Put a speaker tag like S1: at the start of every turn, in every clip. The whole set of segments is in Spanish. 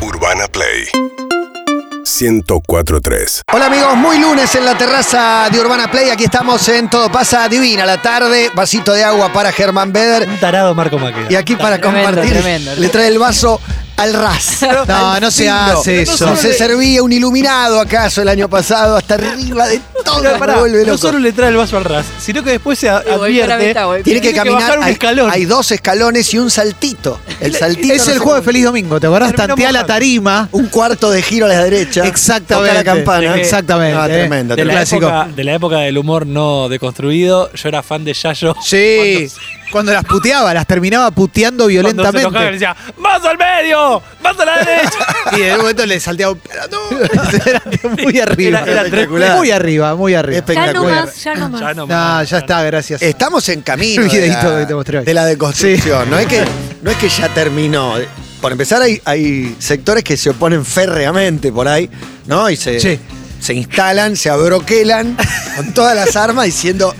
S1: Urbana Play 1043.
S2: Hola amigos, muy lunes en la terraza de Urbana Play. Aquí estamos en Todo Pasa Divina la tarde. Vasito de agua para Germán Beder.
S3: Un tarado Marco Maqueda.
S2: Y aquí para
S4: Tremendo,
S2: compartir,
S4: tremendo.
S2: le trae el vaso al ras. No, no se hace
S3: Pero no
S2: eso.
S3: solo
S2: Se
S3: le-
S2: servía un iluminado acaso el año pasado, hasta arriba de todo.
S3: Pero
S2: me
S3: pará,
S2: vuelve
S3: no
S2: loco.
S3: solo le trae el vaso al ras, sino que después se a-
S4: Y voy para
S3: advierte.
S4: mitad, voy.
S2: Tiene que
S3: Tiene que
S2: caminar.
S3: bajar un
S2: hay,
S3: escalón.
S2: hay dos escalones y un saltito. El saltito
S5: Es
S2: no sé
S5: el juego de
S2: cómo-
S5: Feliz Domingo, ¿te acordás?
S3: Terminamos
S5: Tantea la
S3: tarde.
S5: tarima.
S2: Un cuarto de giro a la derecha.
S5: Exactamente.
S2: Toca la campana.
S3: Es que-
S5: Exactamente.
S2: Ah,
S5: eh.
S2: tremendo,
S3: De la,
S2: tremendo.
S5: Clásico.
S3: época, de la época del humor no deconstruido, yo era fan de Yayo.
S5: Sí. eh, Cuando las puteaba, las terminaba
S3: Cuando
S5: puteando
S3: se
S5: violentamente.
S3: enojaba, le decía, ¡Más al medio! ¡Más a la derecha! eh,
S5: y en un momento le salteaba. "Pero no". Era muy arriba.
S3: Era- era
S2: espectacular.
S5: muy arriba, muy arriba.
S2: Espectacular.
S4: Ya no más, ya no más.
S3: Ya no,
S5: No,
S3: más.
S5: ya está, gracias.
S2: Estamos en camino
S5: El
S2: de
S5: videíto
S2: la,
S5: que te mostré hoy.
S2: de la deconstrucción. No, es que, no es que ya terminó. Por empezar, hay, hay sectores que se oponen férreamente por ahí, ¿no? Y se,
S5: Sí.
S2: se instalan, se abroquelan con todas las armas diciendo,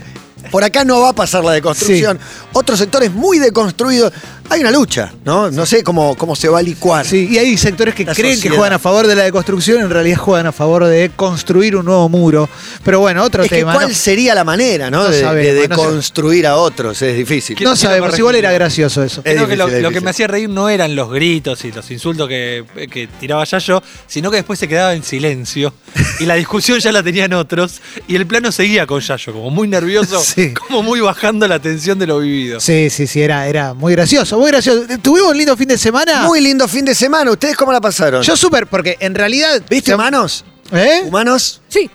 S2: por acá no va a pasar la deconstrucción. Otros sectores muy deconstruidos. Hay una lucha, ¿no? No sé cómo, cómo se va a licuar.
S5: Sí, y hay sectores que
S2: La
S5: creen
S2: sociedad.
S5: que juegan a favor de la deconstrucción, en realidad juegan a favor de construir un nuevo muro. Pero bueno, otro
S2: es que
S5: tema.
S2: cuál
S5: ¿no?
S2: sería la manera, ¿no?
S5: No
S2: de, de
S5: sabemos, no
S2: deconstruir a otros. Es difícil.
S5: No sabemos, igual era gracioso eso.
S2: Es
S3: Creo que lo,
S2: difícil, es
S3: lo que
S2: difícil.
S3: me hacía reír no eran los gritos y los insultos que, que tiraba Yayo, sino que después se quedaba en silencio y la discusión ya la tenían otros y el plano seguía con Yayo, como muy nervioso,
S5: Sí.
S3: como muy bajando la tensión de lo vivido.
S5: Sí, sí, sí, era, era muy gracioso, muy gracioso. Tuvimos un lindo fin de semana.
S2: Muy lindo fin de semana. ¿Ustedes cómo la pasaron?
S5: Yo súper, porque en realidad.
S2: ¿Viste
S5: se-
S2: humanos?
S5: ¿Eh?
S2: ¿Humanos?
S4: Sí.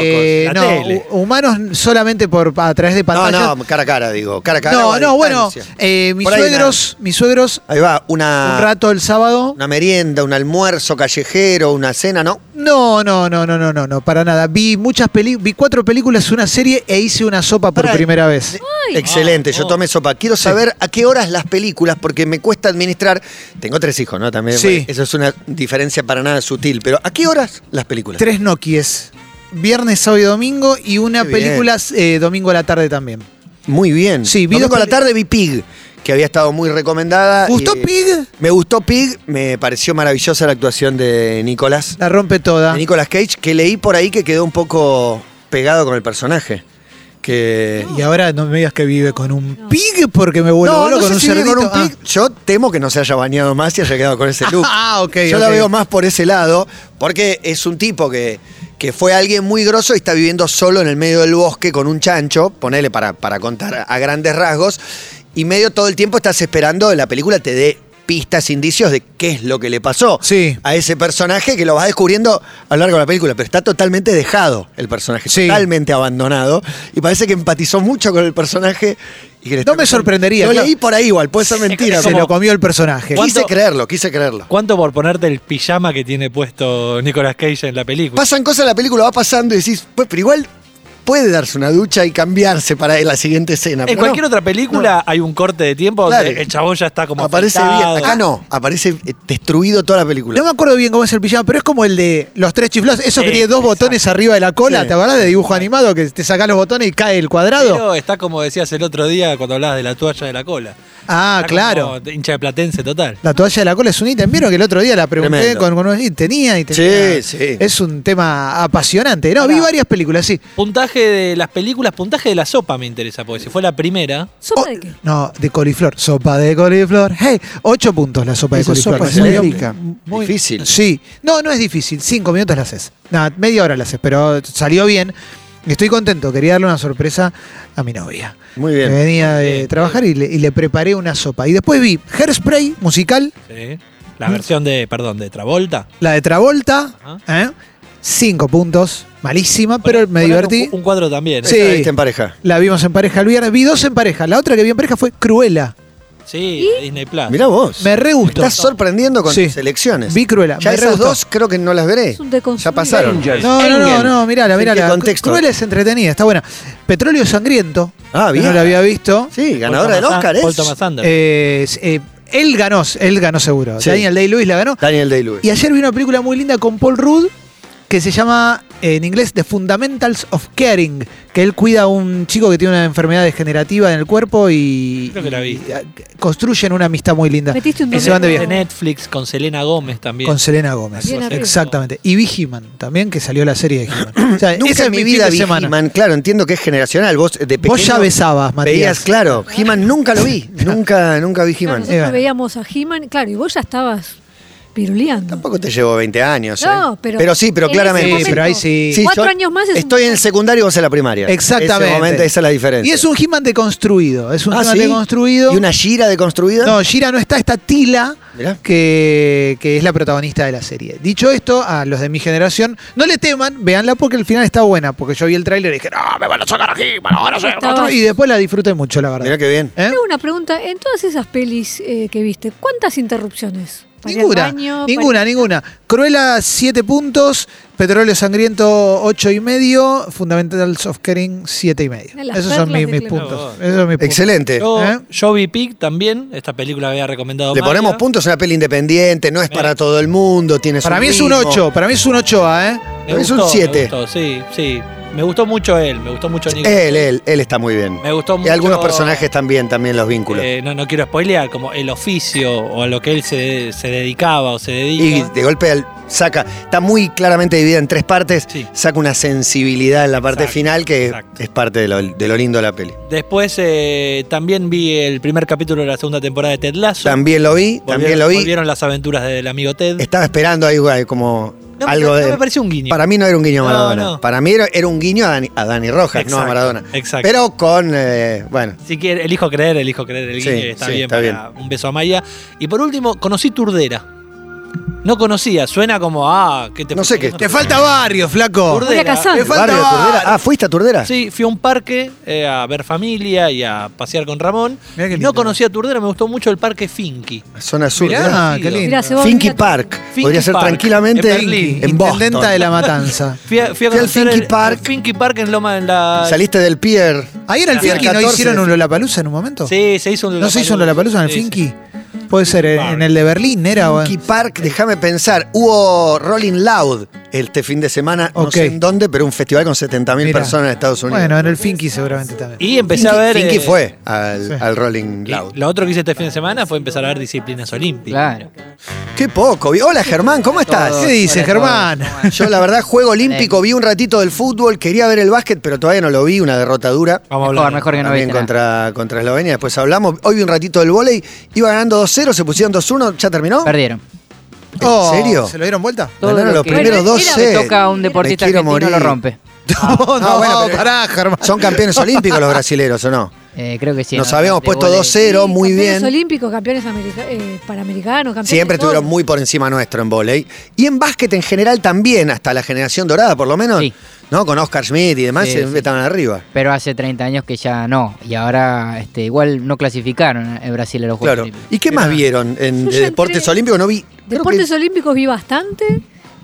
S5: Eh,
S3: Pocos, la
S5: no,
S3: tele.
S5: hu- humanos solamente por a través de
S2: No,
S5: pantalla.
S2: no, cara a cara, digo. Cara a cara. o
S5: no,
S2: a
S5: no, bueno,
S2: distancia.
S5: eh, mis
S2: Por ahí Ah.
S5: suegros, mis suegros,
S2: Ahí va, una,
S5: un rato el sábado.
S2: una merienda, un almuerzo callejero, una cena, ¿no?
S5: No, no, no, no, no, no, no, para nada. Vi muchas peli vi cuatro películas, una serie e hice una sopa por
S2: Pará.
S5: primera vez.
S2: Excelente,
S5: Oh.
S2: yo tomé sopa. Quiero saber a qué horas las películas, porque me cuesta administrar. Tengo tres hijos, ¿no? También.
S5: Sí.
S2: bueno, Eso es una diferencia para nada sutil, pero ¿a qué horas las películas?
S5: Tres noquies. Viernes, sábado y domingo y una
S2: Qué bien.
S5: película eh, domingo a la tarde también.
S2: Muy bien.
S5: Sí, vi
S2: vi
S5: dos
S2: con la
S5: peli-
S2: tarde vi Pig, que había estado muy recomendada.
S5: ¿Gustó
S2: Ah, y-
S5: Pig?
S2: Me gustó Pig, me pareció maravillosa la actuación de Nicolás.
S5: La rompe toda.
S2: de Nicolas Cage, que leí por ahí que quedó un poco pegado con el personaje. Que.
S5: Y ahora no me digas que vive con un pig porque me vuelvo
S2: No,
S5: loco
S2: no
S5: con
S2: sé
S5: un
S2: si vive
S5: cerdito.
S2: con un pic. Yo temo que no se haya bañado más y haya quedado con ese look.
S5: Ah, ok,
S2: Yo la
S5: ok.
S2: veo más por ese lado, porque es un tipo que, que fue alguien muy grosso y está viviendo solo en el medio del bosque con un chancho, ponele para, para contar a grandes rasgos, y medio todo el tiempo estás esperando que la película te dé pistas, indicios de qué es lo que le pasó
S5: Sí.
S2: a ese personaje que lo vas descubriendo a lo largo de la película, pero está totalmente dejado el personaje,
S5: Sí.
S2: totalmente abandonado, y parece que empatizó mucho con el personaje. Y que le
S5: No
S2: está
S5: me sorprendería,
S2: Lo
S5: claro.
S2: leí por ahí igual, puede ser mentira.
S3: es
S5: Ah, Se
S2: pero-
S3: como-
S5: lo comió el personaje.
S3: ¿Cuánto-
S2: Quise creerlo, quise creerlo.
S3: ¿Cuánto por ponerte el pijama que tiene puesto Nicolas Cage en la película?
S2: Pasan cosas en la película, va pasando y decís, pues, pero igual puede darse una ducha y cambiarse para la siguiente escena.
S3: en
S2: pero
S3: cualquier
S2: no.
S3: otra película hay un corte de tiempo
S2: Claro.
S3: donde el chabón ya está como
S2: Aparece
S3: afeitado.
S2: bien. Acá no, aparece eh, destruido toda la película.
S5: No me acuerdo bien cómo es el pijama, pero es como el de los tres chiflados, esos que
S3: Eh,
S5: tiene dos
S3: exacto.
S5: botones arriba de la cola,
S2: Sí.
S5: ¿te acordás de dibujo animado que te sacás los botones y cae el cuadrado?
S3: Pero está como decías el otro día cuando hablabas de la toalla de la cola.
S5: ah,
S3: Está
S5: claro.
S3: como hincha de platense total.
S5: La toalla de la cola es un ítem. Vieron que el otro día la pregunté
S2: Tremendo.
S5: con, con- y tenía y
S2: Sí,
S5: tenía.
S2: sí.
S5: Es un tema apasionante. No, vi
S3: Ahora-
S5: varias películas, sí.
S3: Puntaje de las películas, puntaje de la sopa me interesa, porque si fue la primera.
S4: ¿Sopa
S5: Oh,
S4: de qué?
S5: No, de coliflor. Sopa de coliflor. Hey, ocho puntos la sopa de
S2: Esa
S5: coliflor.
S2: sopa es
S5: Me
S2: muy
S5: dio-
S2: rica. Difícil.
S5: Sí. No, no es difícil. Cinco minutos la haces. Nada, media hora la haces, pero salió bien. Estoy contento. Quería darle una sorpresa a mi novia.
S2: Muy bien.
S5: Que venía de trabajar y le, y le preparé una sopa. Y después vi Hairspray musical,
S3: ¿sí?
S2: Mm.
S3: La versión de, perdón, de Travolta.
S5: la de Travolta.
S3: Ajá.
S5: ¿eh? Cinco puntos. Malísima, pero me
S3: Ponete
S5: divertí.
S3: Un, un cuadro también.
S5: Sí.
S2: Esa viste en pareja.
S5: La vimos en pareja el viernes. Vi dos en pareja. La otra que vi en pareja fue Cruella.
S3: Sí, de Disney Plus.
S2: Mirá vos.
S5: Me re gustó.
S2: Estás sorprendiendo con
S5: Sí.
S2: tus elecciones.
S5: Vi Cruella,
S2: Ya
S5: me re
S2: esas
S5: gustó.
S2: dos creo que no las veré.
S4: Es un
S2: Ya
S4: deconstruido.
S2: pasaron.
S5: No, no, no,
S2: Engel.
S5: no, mirala,
S2: ¿En qué
S5: mirala.
S2: contexto?
S5: Cruella es entretenida, está buena. Petróleo Sangriento.
S2: Ah,
S5: que
S2: bien.
S5: No la había visto.
S2: Sí,
S3: Paul
S2: ganadora del
S3: Thomas-
S2: Oscar,
S3: Paul
S2: es.
S3: Thomas Anderson.
S5: Eh, eh, él ganó, él ganó seguro.
S2: Sí.
S5: Daniel Day-Lewis la ganó.
S2: Daniel Day-Lewis.
S5: Y ayer vi una película muy linda con Paul Rudd que se llama eh, en inglés The Fundamentals of Caring, que él cuida a un chico que tiene una enfermedad degenerativa en el cuerpo y,
S3: Creo que la vi.
S5: y, ah, construyen una amistad muy linda.
S1: Metiste un
S5: Y se van de
S1: domingo.
S5: viaje.
S3: de Netflix con Selena Gómez también.
S5: Con Selena Gómez.
S1: Bien arriba.
S5: Exactamente. Y Vigiman también, que salió la serie de He-Man. O sea,
S2: Nunca
S5: esa es
S2: en mi
S5: fin
S2: vida
S5: de
S2: vi
S5: semana.
S2: He-Man. Claro, entiendo que es generacional. Vos eh, de pequeño.
S5: Vos ya besabas, Matías.
S2: Veías, claro. He-Man nunca lo vi. nunca, nunca vi
S1: Claro,
S2: He-Man.
S1: nosotros
S5: Eh,
S1: veíamos a He-Man, claro, y vos ya estabas piruleando.
S2: Tampoco te llevo 20 años. ¿eh?
S1: No, pero-
S2: sí, pero
S1: en ese
S2: claramente.
S5: Sí, pero ahí sí.
S1: Sí. Cuatro años más es un
S2: Estoy en el secundario y vos en la primaria.
S5: Exactamente.
S2: Ese momento, esa es la diferencia.
S5: Y es un He-Man deconstruido. Es un
S2: Ah,
S5: He-Man
S2: ¿sí?
S5: deconstruido.
S2: ¿Y una gira deconstruida?
S5: No, Gira no está, está Tila,
S2: Mirá.
S5: que, que es la protagonista de la serie. Dicho esto, a los de mi generación, no le teman, véanla porque el final está buena. Porque yo vi el tráiler y dije, no, me van a sacar a He-Man, ahora soy el
S1: Estabas-
S5: otro", Y después la disfruté mucho, la verdad.
S2: Mirá qué bien.
S5: ¿Eh?
S1: Tengo una pregunta. En todas esas pelis eh, que viste, ¿cuántas interrupciones? Para ir al
S5: Ninguna,
S1: baño, para-
S5: ninguna, ninguna. Cruella 7 puntos, Petróleo Sangriento 8 y medio, Fundamentals of Caring 7 y medio.
S1: Las
S5: Esos son
S1: perlas
S5: mis,
S1: de
S5: mis
S1: Clemente.
S5: puntos. Esos son mis puntos.
S2: Excelente.
S3: Yo,
S5: ¿Eh?
S3: yo vi Pig también, esta película había recomendado
S2: Le
S3: María.
S2: ponemos puntos a una peli independiente, no es para todo el mundo, tiene su
S5: Para mí es un
S2: ritmo.
S5: 8, para mí es un 8A, ¿eh?
S3: Me
S2: es un
S3: gustó,
S2: siete.
S3: me gustó, sí, sí. Me gustó mucho él, me gustó mucho Nick.
S2: Él, él, él está muy bien.
S3: Me gustó
S2: Y
S3: mucho-
S2: algunos personajes también, también los vínculos.
S3: Eh, no, no quiero spoilear, como el oficio o a lo que él se, se dedicaba o se
S2: y
S3: dedica.
S2: de golpe al- saca, está muy claramente dividida en tres partes,
S3: Sí.
S2: saca una sensibilidad en la parte
S3: Exacto,
S2: final que
S3: exacto.
S2: es parte de lo, de lo lindo de la peli.
S3: Después eh, también vi el primer capítulo de la segunda temporada de Ted Lasso.
S2: También lo vi,
S3: Volvieron-
S2: también lo vi.
S3: Volvieron las aventuras del amigo Ted.
S2: Estaba esperando ahí güey, como
S3: No me-
S2: algo
S3: no
S2: de...
S3: me pareció un guiño.
S2: Para mí no era un guiño a
S3: No,
S2: Maradona.
S3: no.
S2: Para mí era, era un guiño a Dani, a Dani Rojas, no a
S3: Exacto,
S2: Maradona.
S3: exacto.
S2: Pero con, eh, bueno,
S3: Si quiere, elijo creer, elijo creer, el
S2: Sí,
S3: guiño está,
S2: sí,
S3: bien,
S2: está
S3: para- Un beso a Maya. Y por último, conocí Turdera. No conocía, suena como, ah, que te
S2: No sé qué.
S5: Te falta barrio, flaco.
S1: Voy a casar.
S5: Te falta
S2: barrio de Turdera.
S5: barrio.
S2: Ah, ¿fuiste a Turdera?
S3: Sí, fui a un parque eh, a ver familia y a pasear con Ramón.
S5: Mirá qué lindo.
S3: No conocía Turdera, me gustó mucho el parque Finky.
S2: Zona sur.
S5: Mirá,
S2: ¿verdad?
S5: qué lindo.
S3: Ah,
S1: Mirá, se va a
S2: Finky
S1: olvidar-
S2: Park.
S3: Finky
S2: Podría ser
S3: Park,
S2: tranquilamente
S3: en Berlín.
S2: en
S5: Intendenta
S2: Boston.
S5: de la Matanza.
S3: Fui a, fui a
S2: Fui al
S3: conocer
S2: Finky
S3: el-
S2: Park.
S3: el Finky Park en Loma en la.
S2: Saliste del pier.
S5: Ahí en el
S2: Claro.
S5: Finky no
S2: 14
S5: hicieron
S2: de-
S5: un Lollapalooza en un momento.
S3: Sí, se hizo un
S5: ¿No se hizo un Lollapalooza en el
S3: Sí, sí.
S5: Finky? Puede ser, ¿eh? en, en el de Berlín era. o-
S2: Finky Park, déjame pensar. Hubo Rolling Loud este fin de semana, no
S5: Ok.
S2: sé en dónde, pero un festival con 70.000
S5: Mirá.
S2: personas en Estados Unidos.
S5: Bueno, en el Finky seguramente también.
S3: Y empecé
S2: Finky-
S3: a ver.
S2: Finky
S3: eh,
S2: fue al,
S5: Sí.
S2: al Rolling
S3: y
S2: Loud.
S3: Lo otro que hice este fin de semana fue empezar a ver disciplinas olímpicas.
S4: Claro.
S2: Qué poco. vi- Hola Germán, ¿cómo estás?
S5: Ah, ¿Qué dice,
S4: Hola,
S5: Germán?
S4: todos, ¿cómo
S2: Yo la verdad juego olímpico, vi un ratito del fútbol, quería ver el básquet, pero todavía no lo vi, una derrota dura.
S3: Vamos a
S4: Mejor,
S3: hablar.
S4: mejor que no
S2: También
S4: viste nada.
S2: contra, contra Eslovenia, después hablamos. Hoy vi un ratito del volei, iba ganando 2-0, se pusieron 2-1, ¿ya terminó?
S4: Perdieron.
S2: ¿En
S5: Oh,
S2: serio?
S5: ¿Se lo dieron vuelta?
S4: Todo
S2: Ganaron
S4: lo
S2: los
S4: que-
S2: primeros
S1: Bueno,
S2: dos
S1: era-
S2: sets.
S1: Eh,
S4: Toca a un deportista
S2: me quiero
S4: argentino lo
S2: morir.
S4: rompe.
S5: No,
S2: no,
S5: no,
S2: bueno, pero-
S5: pará, Germán.
S2: Son campeones olímpicos los brasileros, ¿o no?
S4: Eh, creo que sí.
S2: Nos
S4: ¿no?
S2: habíamos
S4: De
S2: puesto
S4: volei.
S2: 2-0,
S1: Sí,
S2: muy
S1: campeones
S2: bien.
S1: olímpicos, campeones america- eh, panamericanos, campeones
S2: Siempre
S1: de todo.
S2: estuvieron muy por encima nuestro en volei. Y en básquet en general también, hasta la generación dorada por lo menos,
S4: Sí.
S2: ¿no? Con Oscar Schmidt y demás,
S4: Sí,
S2: se
S4: sí.
S2: estaban arriba.
S4: Pero hace 30 años que ya no. Y ahora este, igual no clasificaron en Brasil a los Juegos
S2: Claro.
S4: Olímpicos.
S2: ¿Y qué más vieron en
S1: Yo
S2: de
S1: ya
S2: deportes
S1: entré-
S2: olímpicos? No vi. creo que-
S1: Deportes olímpicos vi bastante.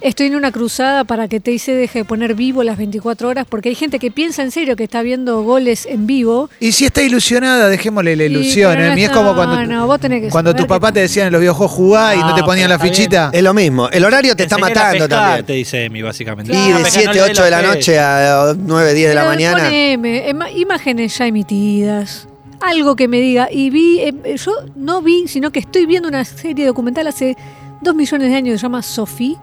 S1: Estoy en una cruzada para que TIC deje de poner vivo las 24 horas, porque hay gente que piensa en serio que está viendo goles en vivo.
S5: Y si está ilusionada, dejémosle la
S1: Y,
S5: ilusión.
S1: pero
S5: ¿eh?
S1: no
S5: Y es
S1: está-
S5: como cuando,
S1: no, vos tenés que
S5: cuando
S1: saber
S5: tu
S1: que-
S5: papá te decía en los videojuegos jugá y no
S3: Ah,
S5: te ponían la
S3: pero está
S5: fichita.
S2: Es lo mismo. El horario te está
S3: Enseñar a
S2: matando
S3: pescar,
S2: también.
S3: Te dice Emi, básicamente.
S2: Y
S3: Ah,
S2: de
S3: pescar,
S2: 7,
S3: no
S2: 8 de la
S3: lees los
S2: noche
S3: peces.
S2: a 9, 10 de la
S1: Pero
S2: mañana.
S1: poneme, em- imágenes ya emitidas, algo que me diga. Y vi, eh, eh, yo no vi, sino que estoy viendo una serie documental hace dos millones de años, se llama Sophie,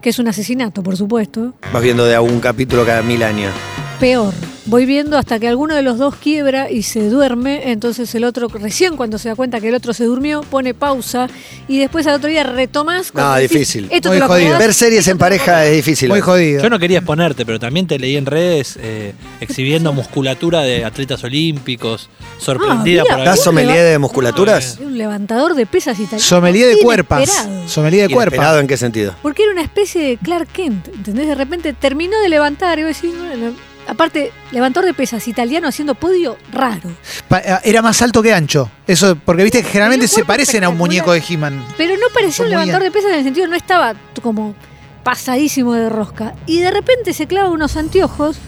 S1: que es un asesinato, por supuesto.
S2: Vas viendo de algún capítulo cada mil años.
S1: Peor, voy viendo hasta que alguno de los dos quiebra y se duerme, entonces el otro, recién cuando se da cuenta que el otro se durmió, pone pausa y después al otro día retomas. cuando
S2: No,
S1: decís,
S2: difícil.
S1: Esto
S5: Muy
S1: te lo
S5: jodido.
S1: acordás,
S2: Ver series
S1: esto
S2: en
S1: te lo
S2: pareja
S1: acordás".
S2: es difícil.
S5: Muy jodido.
S3: Yo no quería exponerte, pero también te leí en redes eh, exhibiendo musculatura de atletas olímpicos, sorprendida
S1: Ah, mira,
S3: por
S2: ¿Estás
S3: algo.
S1: Dazo-
S2: sommelier de musculaturas?
S3: No,
S1: Un levantador de pesas italiano.
S5: Sommelier de cuerpas.
S1: Inesperado.
S5: Sommelier de cuerpas.
S2: ¿Inesperado en qué sentido?
S1: Porque era una especie de Clark Kent, ¿entendés? De repente terminó de levantar y vos decís, bueno, aparte, levantador de pesas italiano haciendo podio raro.
S5: Pa- Era más alto que ancho. Eso, porque viste que generalmente
S1: Tenía un
S5: se
S1: cuerpo
S5: parecen a un muñeco de He-Man.
S1: Pero no parecía
S5: Son muy
S1: un levantador de pesas en el sentido, no estaba t- como pasadísimo de rosca. Y de repente se clava unos anteojos,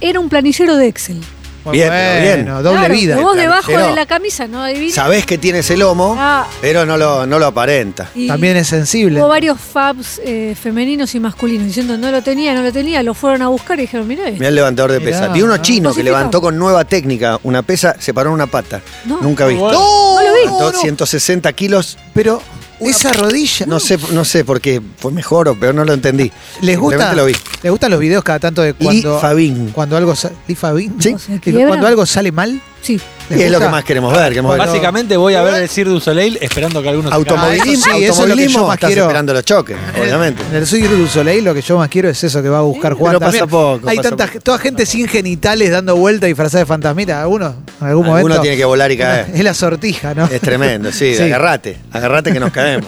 S1: era un planillero de Excel.
S5: Muy
S2: Bien,
S5: bueno,
S2: bien.
S5: doble
S1: Claro,
S5: vida.
S1: Vos
S2: Claro,
S1: debajo
S2: pero-
S1: de la camisa, ¿no? Adivina.
S2: Sabés que tiene ese lomo,
S1: Ah.
S2: pero no lo, no lo aparenta.
S1: Y
S5: También es sensible.
S1: Hubo varios fabs eh, femeninos y masculinos diciendo no lo tenía, no lo tenía, lo fueron a buscar y dijeron, este". mira
S2: Mirá el levantador de
S5: Mirá,
S2: pesa. Vi uno
S5: ah.
S2: chino que
S1: Cosificado.
S2: levantó con nueva técnica una pesa, se paró en una pata.
S1: No.
S2: Nunca visto.
S5: ¡No!
S1: No lo vi.
S2: Levantó
S5: no.
S2: 160 kilos.
S5: Pero esa rodilla.
S2: No sé, no sé por qué fue mejor o peor, no lo entendí.
S5: ¿Les, gusta,
S2: Simplemente lo vi.
S5: ¿Les gustan los videos cada tanto de
S2: Y
S5: cuando,
S2: Fabín.
S5: cuando algo sale. Fabín?
S2: Sí.
S1: Se
S5: Que
S1: quiebra.
S5: Cuando algo sale mal.
S1: Sí.
S5: ¿les
S2: Y es lo
S5: gusta?
S2: que más queremos ver. Queremos ver.
S5: Bueno,
S3: Básicamente voy a ver el Cirque du Soleil esperando que algunos
S2: Automovilismo,
S5: Ah, eso sí, eso es lo que yo
S2: automovilismo,
S5: más
S2: estás
S5: quiero.
S2: esperando los choques, obviamente.
S5: En el Soy du Soleil lo que yo más quiero es eso que va a buscar Juan
S2: Pero pasa
S5: también.
S2: poco,
S5: Hay
S2: pasa
S5: tanta
S2: poco.
S5: toda gente sin genitales dando vuelta disfrazada de fantasmita. Alguno, en algún
S2: Uno
S5: momento.
S2: tiene que volar y caer.
S5: Es la sortija, ¿no?
S2: Es tremendo, sí,
S5: Sí.
S2: agarrate, agarrate que nos caemos.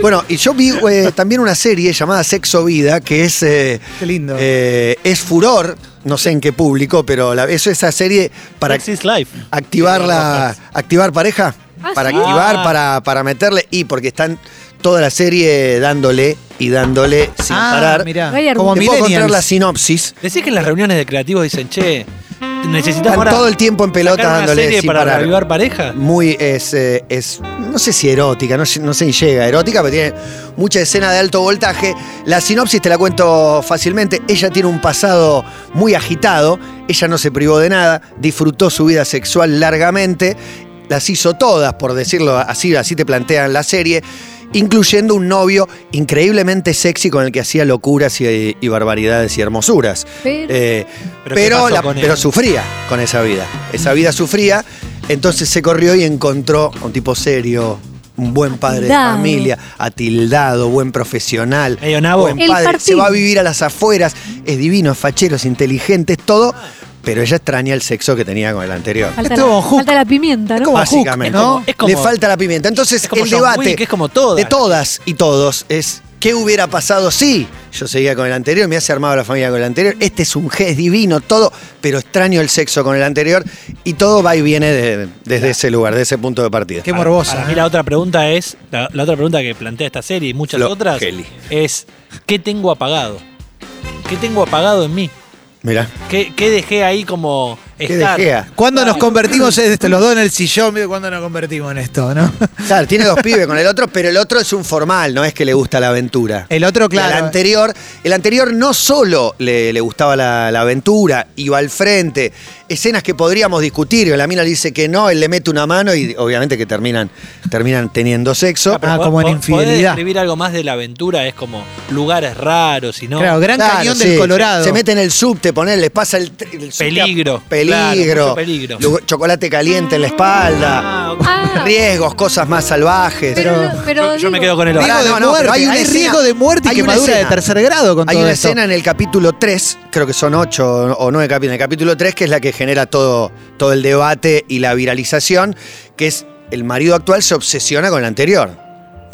S2: Bueno, y yo vi eh, también una serie llamada Sexo Vida, que es... eh,
S5: Qué lindo.
S2: eh, es furor, no sé en qué público, pero la, es esa serie para
S3: Praxis Life.
S2: activar la activar pareja
S1: Ah,
S2: para
S1: ¿sí?
S2: activar
S3: Ah.
S2: para, para meterle y porque están toda la serie dándole y dándole sin
S5: Ah,
S2: parar
S5: mirá.
S1: Hay
S5: Como
S2: Te puedo
S5: millennials.
S2: contar la sinopsis
S3: Decís que en las reuniones de creativos dicen, che, necesitamos
S2: están
S3: ahora
S2: todo el tiempo en
S3: sacar
S2: pelota
S3: una
S2: dándole
S3: serie
S2: sin
S3: para
S2: parar
S3: reavivar pareja.
S2: muy es, eh, es no sé si erótica no, sé- no sé si llega erótica pero tiene mucha escena de alto voltaje la sinopsis te la cuento fácilmente ella tiene un pasado muy agitado ella no se privó de nada disfrutó su vida sexual largamente las hizo todas por decirlo así así te plantean la serie incluyendo un novio increíblemente sexy con el que hacía locuras y, y barbaridades y hermosuras
S1: Pero-
S2: Eh,
S3: Pero, ¿qué
S2: pero,
S3: pasó
S2: la-
S3: con él?
S2: pero sufría con esa vida. Esa vida sufría, entonces se corrió y encontró a un tipo serio, un buen padre
S1: Atildado.
S2: de familia, atildado, buen profesional,
S3: Medio nabo.
S2: buen
S1: El
S2: padre. Se
S1: partido.
S2: va a vivir a las afueras, es divino, es fachero, es inteligente, es todo, pero ella extraña el sexo que tenía con el anterior.
S1: Falta,
S5: Esto
S1: la,
S5: con Hook.
S1: falta la pimienta, ¿no?
S5: como Hook,
S2: Básicamente,
S5: ¿no?
S3: Es como-
S2: le falta la pimienta. Entonces,
S3: es como
S2: el
S3: John
S2: debate
S3: Wick, es como todas.
S2: de todas y todos es ¿qué hubiera pasado si yo seguía con el anterior? Me hace armado la familia con el anterior. Este es un G, es divino, todo, pero extraño el sexo con el anterior. Y todo va y viene de- desde ese lugar, de ese punto de partida.
S5: Qué morbosa.
S3: Para mí la otra pregunta es, la, la otra pregunta que plantea esta serie y muchas
S2: Lo-
S3: otras
S2: Geli.
S3: es, ¿qué tengo apagado? ¿Qué tengo apagado en mí?
S2: Ah, Mirá,
S3: ¿Qué, qué dejé ahí como
S2: ¿qué
S3: estar?
S2: dejea?
S5: ¿Cuándo nos convertimos en esto? Los dos en el sillón, mira cuándo nos convertimos en esto, ¿no?
S2: Claro, tiene dos pibes con el otro, pero el otro es un formal, no es que le gusta la aventura.
S5: El otro,
S2: El
S5: claro.
S2: anterior, el anterior no solo le, le gustaba la, la aventura, iba al frente, escenas que podríamos discutir, la mina le dice que no, él le mete una mano y obviamente que terminan, terminan teniendo sexo.
S5: Ah, como en infidelidad.
S3: escribir algo más de la aventura, es como lugares raros y no...
S5: Claro, gran
S2: Claro,
S5: cañón
S2: sí.
S5: del Colorado.
S2: Se mete en el subte, poner, les pasa el, tr- el subte a-
S3: Peligro, claro,
S2: Peligro.
S3: mucho peligro.
S2: Lu- Chocolate caliente en la espalda.
S3: Ah,
S1: Ah,
S2: Riesgos, cosas más salvajes.
S1: pero, pero
S3: yo, yo me
S1: digo,
S3: quedo con el
S5: Riesgo
S2: Pará,
S5: de
S2: no, no, pero
S5: muerte,
S2: hay una
S5: hay
S2: escena-
S5: riesgo de muerte y
S2: hay una
S5: quemadura de
S2: escena.
S5: tercer grado con
S2: Hay
S5: todo
S2: una
S5: esto.
S2: escena en el capítulo 3, creo que son 8 o 9 capítulos, en el capítulo 3 que es la que genera todo, todo el debate y la viralización, que es el marido actual se obsesiona con el anterior.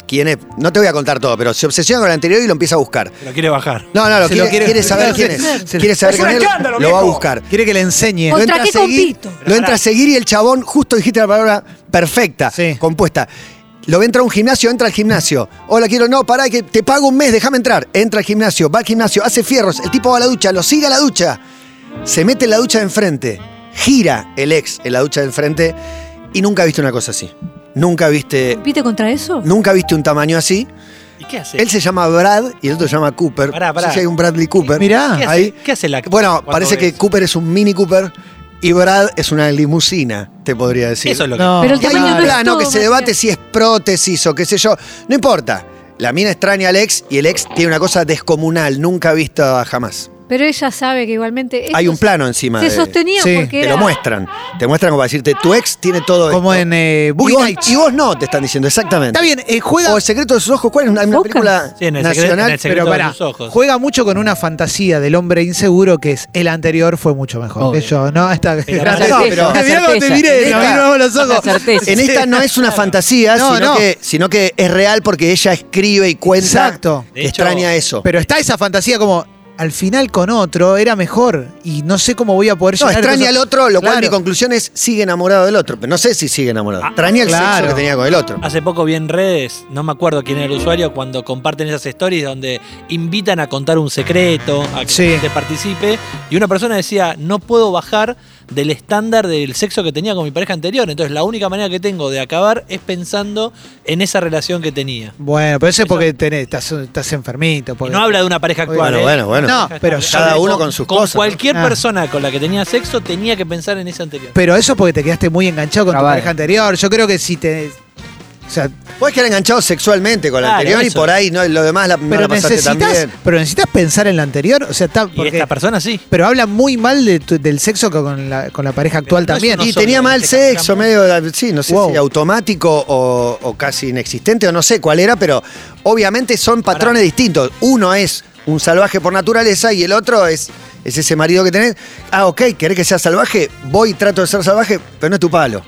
S2: ¿Quién es? No te voy a contar todo, pero se obsesiona con el anterior y lo empieza a buscar.
S3: Lo quiere bajar.
S2: No, no, lo
S5: Se lo
S2: quiere,
S5: quiere-
S2: quiere saber
S5: se-
S2: quién es.
S5: se-
S2: Quiere saber
S5: es
S2: quién
S5: un
S2: es,
S5: escándalo,
S2: lo va a
S5: viejo.
S2: buscar.
S5: Quiere que le enseñe.
S2: Lo
S1: Contra
S2: entra, a
S1: qué
S2: seguir,
S1: compito.
S2: lo entra a seguir y el chabón, justo dijiste la palabra perfecta,
S5: Sí.
S2: compuesta. Lo entra a un gimnasio, entra al gimnasio. Hola, quiero, no, pará, que te pago un mes, déjame entrar. Entra al gimnasio, va al gimnasio, hace fierros, el tipo va a la ducha, lo sigue a la ducha. Se mete en la ducha de enfrente, gira el ex en la ducha de enfrente y nunca viste una cosa así. Nunca viste,
S1: ¿Compite contra eso?
S2: nunca viste un tamaño así.
S3: ¿Y qué hace?
S2: Él se llama Brad y el otro se llama Cooper.
S3: Pará,
S2: No sé
S3: pará.
S2: si hay un Bradley Cooper.
S5: Mirá.
S3: ¿Qué hace,
S2: ahí-
S3: ¿Qué hace el actor
S2: Bueno,
S3: cuando
S2: parece que
S3: ves?
S2: Cooper es un Mini Cooper y Brad es una limusina, te podría decir.
S3: Eso es lo que...
S5: No.
S1: Pero el
S2: Y hay
S1: tamaño
S2: un
S1: no es
S2: plano
S1: todo,
S2: que se
S1: Marcelo.
S2: debate si es prótesis o qué sé yo. No importa. La mina extraña al ex y el ex tiene una cosa descomunal, nunca vista jamás.
S1: Pero ella sabe que igualmente.
S2: Hay
S1: esto
S2: un
S1: se-
S2: plano encima.
S1: Se
S2: de-
S1: sostenía
S5: Sí.
S2: Te
S1: porque. era-
S2: lo muestran. Te muestran como para decirte, tu ex tiene todo
S5: Como
S2: esto.
S5: en eh,
S2: y,
S5: Boogie
S2: vos,
S5: Nights.
S2: y vos no, te están diciendo, exactamente.
S5: Está bien, eh, juega,
S2: O El secreto de sus ojos, ¿cuál es una, una
S1: Focus.
S2: película
S3: Sí, en el secreto- en
S2: nacional?
S3: el secreto
S5: pero
S3: de
S5: pará,
S3: tus ojos.
S5: juega mucho con una fantasía del hombre inseguro que es el anterior fue mucho mejor
S4: Obvio.
S5: que yo, ¿no? Está,
S3: Pero
S5: gracias.
S2: no, pero-
S5: Mirá cómo te miré,
S2: Esta-
S5: nos miramos los ojos.
S4: La certeza.
S2: En este esta no es una fantasía,
S5: No,
S2: sino,
S5: no.
S2: Que, sino que es real porque ella escribe y cuenta.
S5: Exacto.
S2: que
S3: De hecho,
S2: extraña eso.
S5: Pero está esa fantasía como al final con otro era mejor y no sé cómo voy a poder
S2: no,
S5: llegar a
S2: extraña al
S5: cosas-
S2: otro, lo cual
S5: Claro.
S2: mi
S5: Ah,
S2: conclusión es sigue enamorado del otro. Pero no sé si sigue enamorado. Extraña el
S5: claro.
S2: sexo que tenía con el otro.
S3: Hace poco vi en redes, no me acuerdo quién era el usuario, cuando comparten esas stories donde invitan a contar un secreto, a que
S5: Sí.
S3: la gente participe, y una persona decía, no puedo bajar del estándar del sexo que tenía con mi pareja anterior. Entonces la única manera que tengo de acabar es pensando en esa relación que tenía.
S5: Bueno, pero eso es porque tenés, estás, estás enfermito.
S3: Y
S5: porque-
S3: no habla de una pareja actual.
S2: Bueno,
S3: ¿eh?
S2: bueno, bueno.
S5: No, pero
S2: Cada
S5: ya-
S2: uno con sus
S3: con
S2: cosas, ¿no?
S3: Cualquier
S5: Ah.
S3: persona con la que tenía sexo tenía que pensar en esa anterior.
S5: Pero eso porque te quedaste muy enganchado con
S4: Trabado.
S5: tu pareja anterior. Yo creo que si te. O sea,
S2: Puedes quedar enganchado sexualmente con la
S3: Claro,
S2: anterior y
S3: eso.
S2: por ahí no, lo demás la, no
S5: pero
S2: la pasaste tan
S5: necesitas,
S2: bien.
S5: pero necesitas pensar en la anterior. O sea, está
S3: Y
S5: porque,
S3: esta persona sí.
S5: pero habla muy mal de tu- del sexo que con la, con la pareja actual
S3: Pero no es
S5: también.
S3: una-
S2: Y
S3: solo
S2: tenía
S3: en
S2: mal
S3: este
S2: sexo,
S3: campo.
S2: medio, sí, no sé
S5: Wow.
S2: si automático o, o casi inexistente, o no sé cuál era, pero obviamente son patrones distintos. Uno es un salvaje por naturaleza y el otro es, es ese marido que tenés. Ah, ok, querés que sea salvaje, voy y trato de ser salvaje, pero no es tu palo.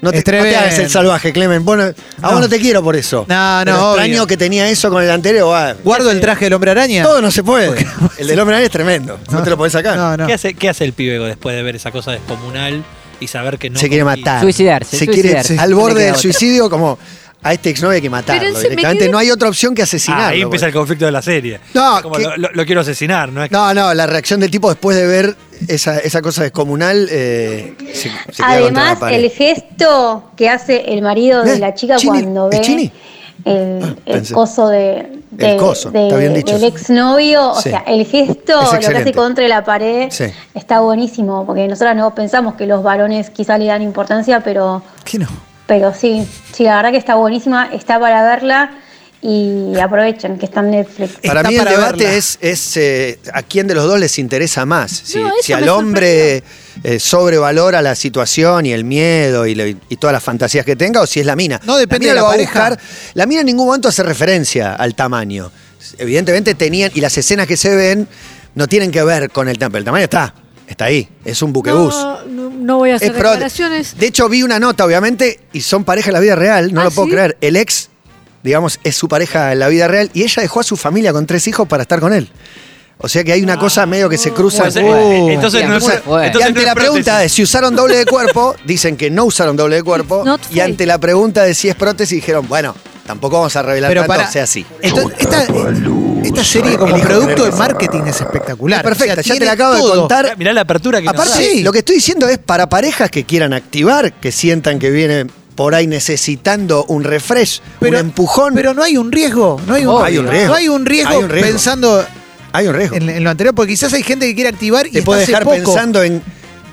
S2: No te,
S5: Es
S2: no te
S5: tremendo.
S2: hagas el salvaje, Clemen. Vos no- a
S5: No.
S2: vos no te quiero por eso.
S5: No, no,
S2: Pero
S5: obvio.
S2: extraño que tenía eso con el anterior. ah,
S5: Guardo
S3: Este-
S5: el traje del hombre araña.
S2: todo no se puede. El del hombre araña es tremendo. No, te lo podés sacar.
S5: No, no.
S3: ¿Qué, hace, ¿Qué hace el pibego después de ver esa cosa descomunal y saber que no?
S2: se quiere
S3: conquista?
S2: matar.
S4: Suicidarse,
S2: Se
S4: suicidarse.
S2: quiere al
S4: No le
S2: borde
S4: queda
S2: del
S4: otra.
S2: suicidio como a este exnovio hay que matarlo.
S1: Pero él se me
S2: directamente
S1: quedó-
S2: no hay otra opción que
S3: Ah,
S2: asesinarlo.
S3: ahí empieza el conflicto de la serie.
S2: No,
S3: Es como,
S2: que-
S3: lo, lo- lo quiero asesinar, ¿no? Es que-
S2: No, no, la reacción del tipo después de ver esa, esa cosa descomunal eh, se, se queda contra la
S6: Además,
S2: pared.
S6: el gesto que hace el marido de
S2: Eh,
S6: la chica
S2: Chini,
S6: cuando
S2: ¿es
S6: ve
S2: Chini?
S6: el,
S2: Ah,
S6: el
S2: pensé.
S6: coso de, de-
S2: El coso,
S6: de-
S2: está bien dicho.
S6: del exnovio, o
S2: Sí.
S6: sea, el gesto,
S2: Es
S6: lo que
S2: excelente.
S6: hace contra la pared,
S2: Sí.
S6: está buenísimo, porque nosotras no pensamos que los varones quizá le dan importancia, pero,
S5: ¿Qué no?
S6: pero sí, sí, la verdad que está buenísima, está para verla y aprovechen que está en Netflix.
S2: Para
S5: Está
S2: mí el
S5: para verla.
S2: debate es, es, eh, a quién de los dos les interesa más. Si,
S1: eso
S2: si
S1: me
S2: al hombre eh, sobrevalora la situación y el miedo y, lo- y todas las fantasías que tenga o si es la mina.
S5: No, depende
S2: mina
S5: de la
S2: lo va a
S5: pareja.
S2: buscar. La mina en ningún momento hace referencia al tamaño. Evidentemente tenían, y las escenas que se ven no tienen que ver con el tamaño. El tamaño está, está ahí, es un buquebús.
S1: No, no, no voy a
S2: Es
S1: hacer
S2: probable.
S1: declaraciones.
S2: De hecho, vi una nota, obviamente, y son pareja en la vida real, no
S1: ¿Ah,
S2: lo puedo
S1: sí?
S2: creer. El ex, digamos, es su pareja en la vida real y ella dejó a su familia con tres hijos para estar con él. O sea que hay una cosa medio que
S1: Ah.
S2: se cruza. Uh.
S3: Entonces,
S5: Muy
S3: eh,
S5: bueno.
S3: entonces no es-
S4: Muy bueno.
S2: y
S3: entonces no
S2: ante
S3: es
S2: la
S3: prótesis.
S2: pregunta de si usaron doble de cuerpo, dicen que no usaron doble de cuerpo.
S1: It's not
S2: Y
S1: fake.
S2: ante la pregunta de si es prótesis, dijeron, bueno, tampoco vamos a revelar
S5: Pero
S2: tanto,
S5: para-
S2: sea así.
S5: Entonces, esta, eh, esta serie como producto de marketing es espectacular.
S2: Perfecta,
S5: O sea,
S2: ya te
S5: tiene
S2: la acabo
S5: todo.
S2: de contar.
S3: Mirá- Mirá la apertura que nos
S2: Aparte,
S3: da.
S5: Sí.
S2: lo que estoy diciendo es para parejas que quieran activar, que sientan que vienen por ahí necesitando un refresh,
S5: Pero-
S2: un empujón.
S5: Pero no hay un riesgo. No hay un,
S2: Obvio. Hay un riesgo.
S5: No hay un riesgo,
S2: Hay un riesgo.
S5: pensando
S2: hay un riesgo.
S5: en, en lo anterior, porque quizás hay gente que quiere activar y
S2: Te
S5: está
S2: puede
S5: hace
S2: dejar
S5: poco.
S2: pensando en.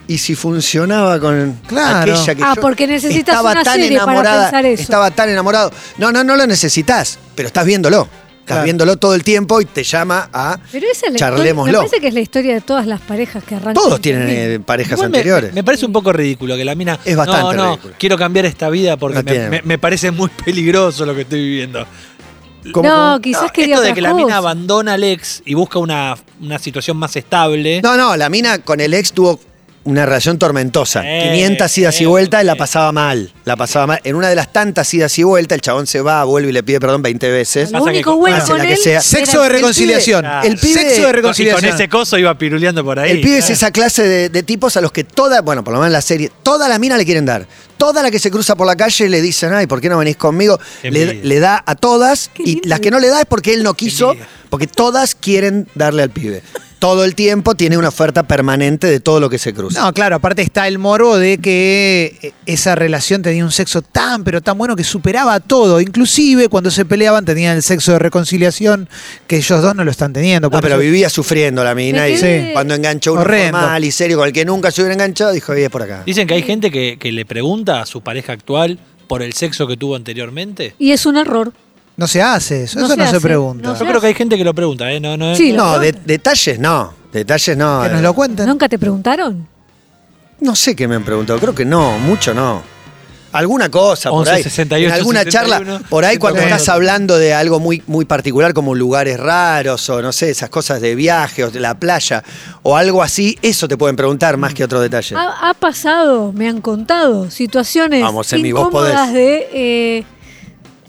S2: ¿Y si funcionaba con
S5: Claro.
S2: aquella que
S1: Ah,
S2: yo
S1: porque necesitas
S2: estaba
S1: una
S2: tan
S1: serie para
S2: enamorada,
S1: pensar eso.
S2: Estaba tan enamorado. No, no, no lo necesitas, pero estás viéndolo. Estás
S5: Claro.
S2: viéndolo todo el tiempo y te llama a
S1: Pero esa es la historia. Me
S2: charlémoslo.
S1: parece que es la historia de todas las parejas que arrancan.
S2: Todos tienen
S1: conmigo.
S2: eh, parejas
S3: Igual me-
S2: anteriores.
S3: Me, parece un poco ridículo que la mina.
S2: Es bastante
S3: No, no,
S2: ridículo.
S3: quiero cambiar esta vida porque
S2: No
S3: me-
S2: tiene-
S3: me- me parece muy peligroso lo que estoy viviendo.
S2: ¿Cómo-
S1: No,
S2: cómo?
S1: quizás
S3: No,
S1: quería
S3: Esto de
S1: otra
S3: que la mina
S1: cosa.
S3: abandona al ex y busca una, una situación más estable.
S2: No, no, la mina con el ex tuvo una relación tormentosa.
S3: Eh,
S2: 500 idas y
S3: eh,
S2: vueltas,
S3: eh.
S2: la pasaba mal. La pasaba mal. En una de las tantas idas y vueltas, el chabón se va, vuelve y le pide perdón 20 veces.
S1: Lo
S3: Pasa que
S1: único
S3: con-
S1: bueno
S2: hace
S1: con
S2: la que
S1: él
S2: sea.
S5: Sexo de
S1: era-
S5: reconciliación.
S3: pibe-
S5: El pibe- sexo de
S3: Y con
S5: reconciliación.
S3: ese coso iba piruleando por ahí.
S2: El pibe es
S3: Ah.
S2: esa clase de, de tipos a los que toda, bueno, por lo menos en la serie, toda la mina le quieren dar. Toda la que se cruza por la calle le dicen, ay, ¿por qué no venís conmigo?
S3: Qué
S2: Le,
S3: envidia.
S2: le da a todas
S1: Qué
S2: y
S1: lindo.
S2: las que no le da es porque él no quiso,
S3: envidia.
S2: porque todas quieren darle al pibe. Todo el tiempo tiene una oferta permanente de todo lo que se cruza.
S5: No, claro, aparte está el morbo de que eh, esa relación tenía un sexo tan, pero tan bueno que superaba todo. Inclusive cuando se peleaban tenían el sexo de reconciliación, que ellos dos no lo están teniendo.
S2: No,
S5: Por
S2: pero
S5: eso-
S2: vivía sufriendo la mina
S1: Me
S2: y
S1: quedé-
S2: cuando enganchó uno
S5: Horrendo.
S2: formal y serio con el que nunca se hubiera enganchado, dijo, "Ey, es por acá.
S3: Dicen que hay gente que, que le pregunta a su pareja actual por el sexo que tuvo anteriormente.
S1: Y es un error.
S5: No se hace eso,
S1: No
S5: eso
S1: se
S5: no se
S1: hace,
S5: pregunta.
S1: no
S3: Yo creo que hay gente que lo pregunta, ¿eh? No, no,
S1: Sí,
S3: no.
S1: lo-
S2: No, de- detalles no. Detalles no. eh.
S5: Que nos lo cuenten.
S1: ¿Nunca te preguntaron?
S2: No sé qué me han preguntado, creo que no, mucho no. Alguna cosa, por
S3: 11,
S2: ahí.
S3: 68,
S2: en alguna
S3: 71,
S2: charla, por ahí cuando
S5: 104.
S2: estás hablando de algo muy, muy particular, como lugares raros, o no sé, esas cosas de viaje, o de la playa, o algo así, eso te pueden preguntar más que otro detalle.
S1: Ha, ha pasado, me han contado, situaciones
S2: Vamos, Emi, vos
S1: incómodas
S2: podés.
S1: de... eh,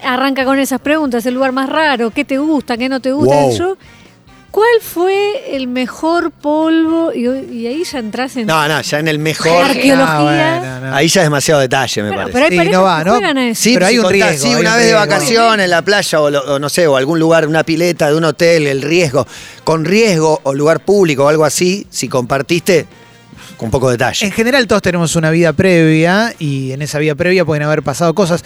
S1: arranca con esas preguntas, el lugar más raro, qué te gusta, qué no te gusta.
S2: Wow.
S1: Yo, ¿Cuál fue el mejor polvo? Y, y ahí ya entras en
S2: No, no, ya en el mejor.
S1: Jorge. Arqueología.
S5: Ah, bueno, no.
S2: Ahí ya es demasiado detalle, me
S1: Bueno,
S2: parece.
S1: pero
S5: Sí,
S1: hay parejas
S5: no va,
S1: que
S5: ¿no?
S1: juegan a eso.
S2: Sí,
S5: Pero hay
S2: si
S5: un
S2: contás,
S5: riesgo,
S2: Sí,
S5: hay
S2: una vez
S5: un
S2: de
S5: riesgo.
S2: vacación en la playa o, lo- o no sé, o algún lugar, una pileta de un hotel, el riesgo, con riesgo o lugar público o algo así, si compartiste, con poco detalle.
S5: En general todos tenemos una vida previa y en esa vida previa pueden haber pasado cosas.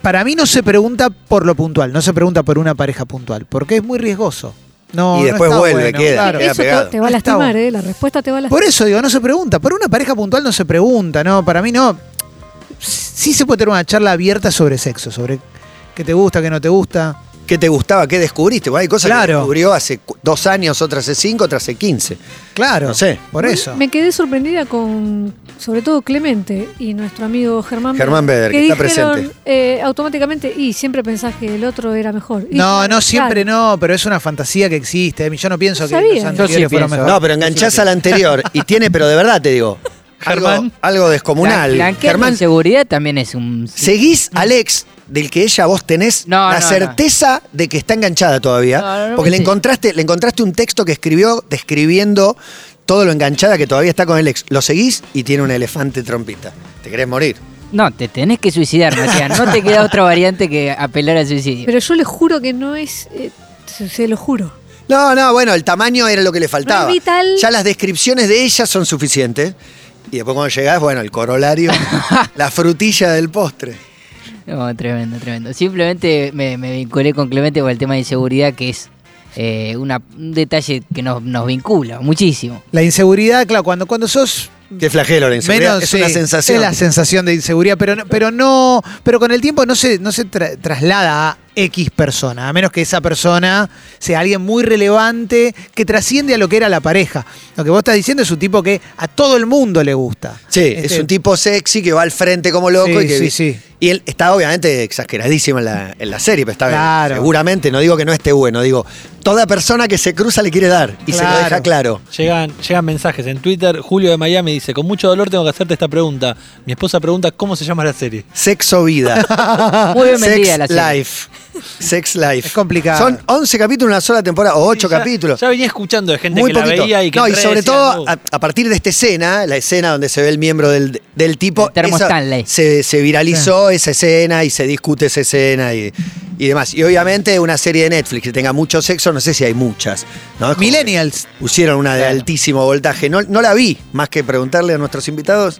S5: Para mí no se pregunta por lo puntual, no se pregunta por una pareja puntual, porque es muy riesgoso. No,
S2: Y
S5: no
S2: después
S5: está
S2: vuelve,
S5: bueno,
S2: queda.
S5: claro.
S2: queda
S1: Eso te,
S2: pegado.
S1: te va a
S5: Está
S1: lastimar,
S5: bueno.
S1: ¿eh? La respuesta te va a lastimar.
S5: Por eso digo, no se pregunta. Por una pareja puntual no se pregunta, ¿no? Para mí no. Sí se puede tener una charla abierta sobre sexo, sobre qué te gusta, qué no te gusta.
S2: ¿Qué te gustaba? ¿Qué descubriste? Bueno, hay cosas que
S5: Claro.
S2: descubrió hace cu- dos años, otras hace cinco, otras hace quince.
S5: Claro.
S2: No sé.
S5: Por eso.
S1: Me quedé sorprendida con, sobre todo Clemente y nuestro amigo Germán.
S2: Germán Beder, que está
S1: dijeron,
S2: presente.
S1: eh, automáticamente, y siempre pensás que el otro era mejor. Y
S5: No,
S1: claro,
S5: no, siempre
S1: claro.
S5: no, pero es una fantasía que existe. Yo no pienso
S1: No
S5: que
S1: sabía.
S5: los
S1: Yo
S5: anteriores
S4: sí
S5: fueron
S4: pienso.
S5: mejor.
S2: No, pero enganchás al anterior y tiene, pero de verdad te digo, algo,
S3: Germán.
S2: algo descomunal.
S4: Blan- blanquear la
S2: Germán,
S4: inseguridad también es un...
S2: ¿seguís al ex del que ella vos tenés
S4: Mm. No,
S2: la
S4: no, no.
S2: certeza de que está enganchada todavía?
S4: No, no, no,
S2: porque le
S4: sí.
S2: encontraste, le encontraste un texto que escribió describiendo todo lo enganchada que todavía está con el ex. Lo seguís y tiene un elefante trompita. Te querés morir.
S4: No, te tenés que suicidar, Matías. No te queda otra variante que apelar al suicidio.
S1: Pero yo le juro que no es. eh, se, se lo juro.
S2: No, no, bueno, el tamaño era lo que le faltaba.
S1: No es vital.
S2: Ya las descripciones de ella son suficientes. Y después cuando llegás, bueno, el corolario, la frutilla del postre.
S4: No, tremendo, tremendo. Simplemente me, me vinculé con Clemente por el tema de inseguridad, que es eh, una- un detalle que nos, nos vincula muchísimo.
S5: La inseguridad, claro, cuando, cuando sos
S2: Qué flagelo la inseguridad.
S5: menos
S2: es una
S5: sí,
S2: sensación.
S5: Es la sensación de inseguridad, pero, no- pero no, pero con el tiempo no se, no se tra- traslada a X persona, a menos que esa persona sea alguien muy relevante que trasciende a lo que era la pareja. Lo que vos estás diciendo es un tipo que a todo el mundo le gusta.
S2: Sí,
S5: Este,
S2: es un tipo sexy que va al frente como loco.
S5: Sí,
S2: y que-
S5: sí, sí.
S2: Y él está obviamente exageradísimo en la, en la serie, pero está bien.
S5: Claro.
S2: Seguramente, no digo que no esté bueno, digo, toda persona que se cruza le quiere dar y se lo
S5: Claro.
S2: deja claro.
S3: Llegan, llegan mensajes en Twitter. Julio de Miami dice: Con mucho dolor tengo que hacerte esta pregunta. Mi esposa pregunta cómo se llama la serie.
S2: Sexo vida.
S4: Muy bien vendida
S2: Ah, Sex
S4: la serie.
S2: life. Sex life.
S5: Es complicado.
S2: Son 11 capítulos, una sola temporada, o 8
S3: Ya-
S2: capítulos.
S3: Ya venía escuchando de gente
S2: Muy
S3: que
S2: poquito.
S3: la veía y que
S2: no, y
S3: re
S2: sobre
S3: decían,
S2: todo
S3: "Uh".
S2: a, a partir de esta escena, la escena donde se ve el miembro del, del tipo,
S4: El termo
S2: esa-
S4: Stanley.
S2: se, se viralizó esa escena y se discute esa escena y, y demás. Y obviamente una serie de Netflix que tenga mucho sexo, no sé si hay muchas. ¿no? Es como
S5: Millennials,
S2: que Pusieron una de
S4: Claro.
S2: altísimo voltaje. No, no la vi, más que preguntarle a nuestros invitados.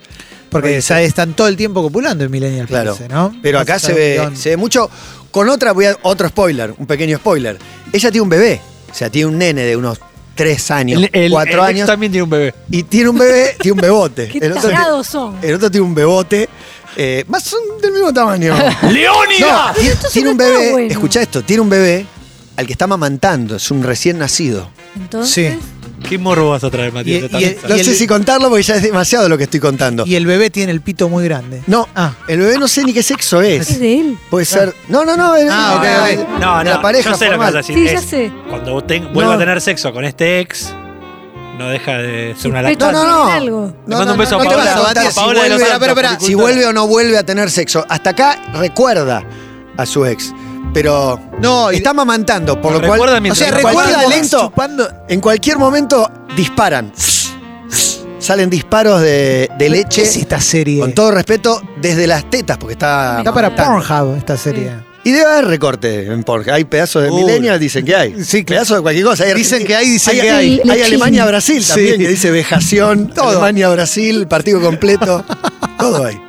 S5: porque
S2: Oye,
S5: ya están todo el tiempo copulando en Millennials,
S2: Claro.
S5: parece, ¿no?
S2: Pero acá
S5: Pasa
S2: se
S5: un
S2: ve,
S5: guión.
S2: se ve mucho. Con otra, voy a, otro spoiler, un pequeño spoiler. Ella tiene un bebé, o sea, tiene un nene de unos tres años,
S3: El- el-
S2: cuatro
S3: el ex
S2: años.
S3: también tiene un bebé.
S2: Y tiene un bebé, tiene un bebote.
S1: Qué
S2: el, otro, tiene-
S1: tarados son.
S2: el otro tiene un bebote. eh, más son del mismo tamaño. ¡Leónida! tiene,
S1: esto sí
S2: tiene
S1: no
S2: un
S1: está
S2: bebé.
S1: bueno.
S2: Escucha esto, tiene un bebé al que está mamantando, es un recién nacido.
S1: Entonces.
S5: Sí.
S3: ¿Qué morro vas a traer, Matías?
S5: Y-
S3: de esta
S5: y-
S3: mesa?
S2: No
S5: el-
S2: sé si contarlo porque ya es demasiado lo que estoy contando.
S5: Y el bebé tiene el pito muy grande.
S2: No,
S5: Ah.
S2: el bebé no sé ni qué sexo
S1: Es
S2: es.
S1: de él.
S2: Puede ser. No, no, no. el-
S5: Ah, ok, ok.
S3: No, no,
S2: la pareja
S3: yo sé lo que
S2: formal.
S3: vas a decir.
S1: Sí, ya
S3: es
S1: sé.
S3: Cuando te- vuelva
S2: No.
S3: a tener sexo con este ex, no deja de ser una
S1: Sospecho
S2: No,
S3: lactancia.
S2: no, no.
S1: tiene algo.
S3: Le mando un beso a
S2: te vas
S5: Paola,
S2: contar
S5: Matías,
S2: si
S5: Paola de los
S2: vuelve-
S5: Santos,
S2: espera, espera, si vuelve o no vuelve a tener sexo. Hasta acá recuerda a su ex. Pero
S5: No, y-
S2: está mamantando, por lo cual.
S3: Recuerda
S5: O
S3: mientras-
S5: sea,
S2: en
S5: recuerda
S2: cualquier
S5: al ex
S2: momento-
S5: chupando.
S2: En cualquier momento disparan. Salen disparos de, de
S5: ¿Qué
S2: leche.
S5: es esta serie?
S2: Con todo respeto, desde las tetas, porque está.
S5: Está para
S2: mamantando.
S5: Pornhub esta serie.
S2: Y debe haber recorte en Pornhub. Hay pedazos de
S3: Uy.
S2: Millennial, dicen que hay.
S5: Sí, claro.
S2: Pedazos de cualquier cosa. Hay-
S5: Dicen que hay, dicen que
S1: hay.
S2: Hay
S1: Lechín.
S2: Alemania-Brasil
S5: Sí.
S2: también, que dice vejación.
S5: Todo.
S2: Alemania-Brasil, partido completo. todo hay.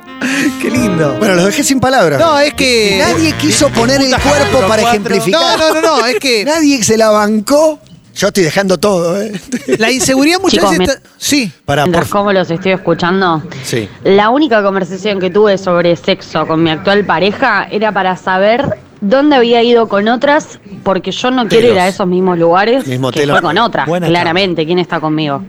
S5: Qué lindo.
S2: Bueno, los dejé sin palabras. Eh,
S5: No, eh, es que.
S2: Nadie quiso poner el cuerpo para
S3: cuatro.
S5: No,
S2: ejemplificar.
S5: no, no, no, es que
S2: Nadie se la bancó. Yo estoy dejando todo, ¿eh?
S5: la inseguridad muchas
S7: Chicos,
S5: veces. está- Sí.
S2: Para, por
S7: Mientras como los estoy escuchando,
S2: Sí.
S7: la única conversación que tuve sobre sexo con mi actual pareja era para saber dónde había ido con otras, porque yo no quiero
S2: Telos.
S7: ir a esos mismos lugares
S2: Mismo
S7: que
S2: telos.
S7: fue con otra,
S3: Buena
S7: claramente, quién está conmigo.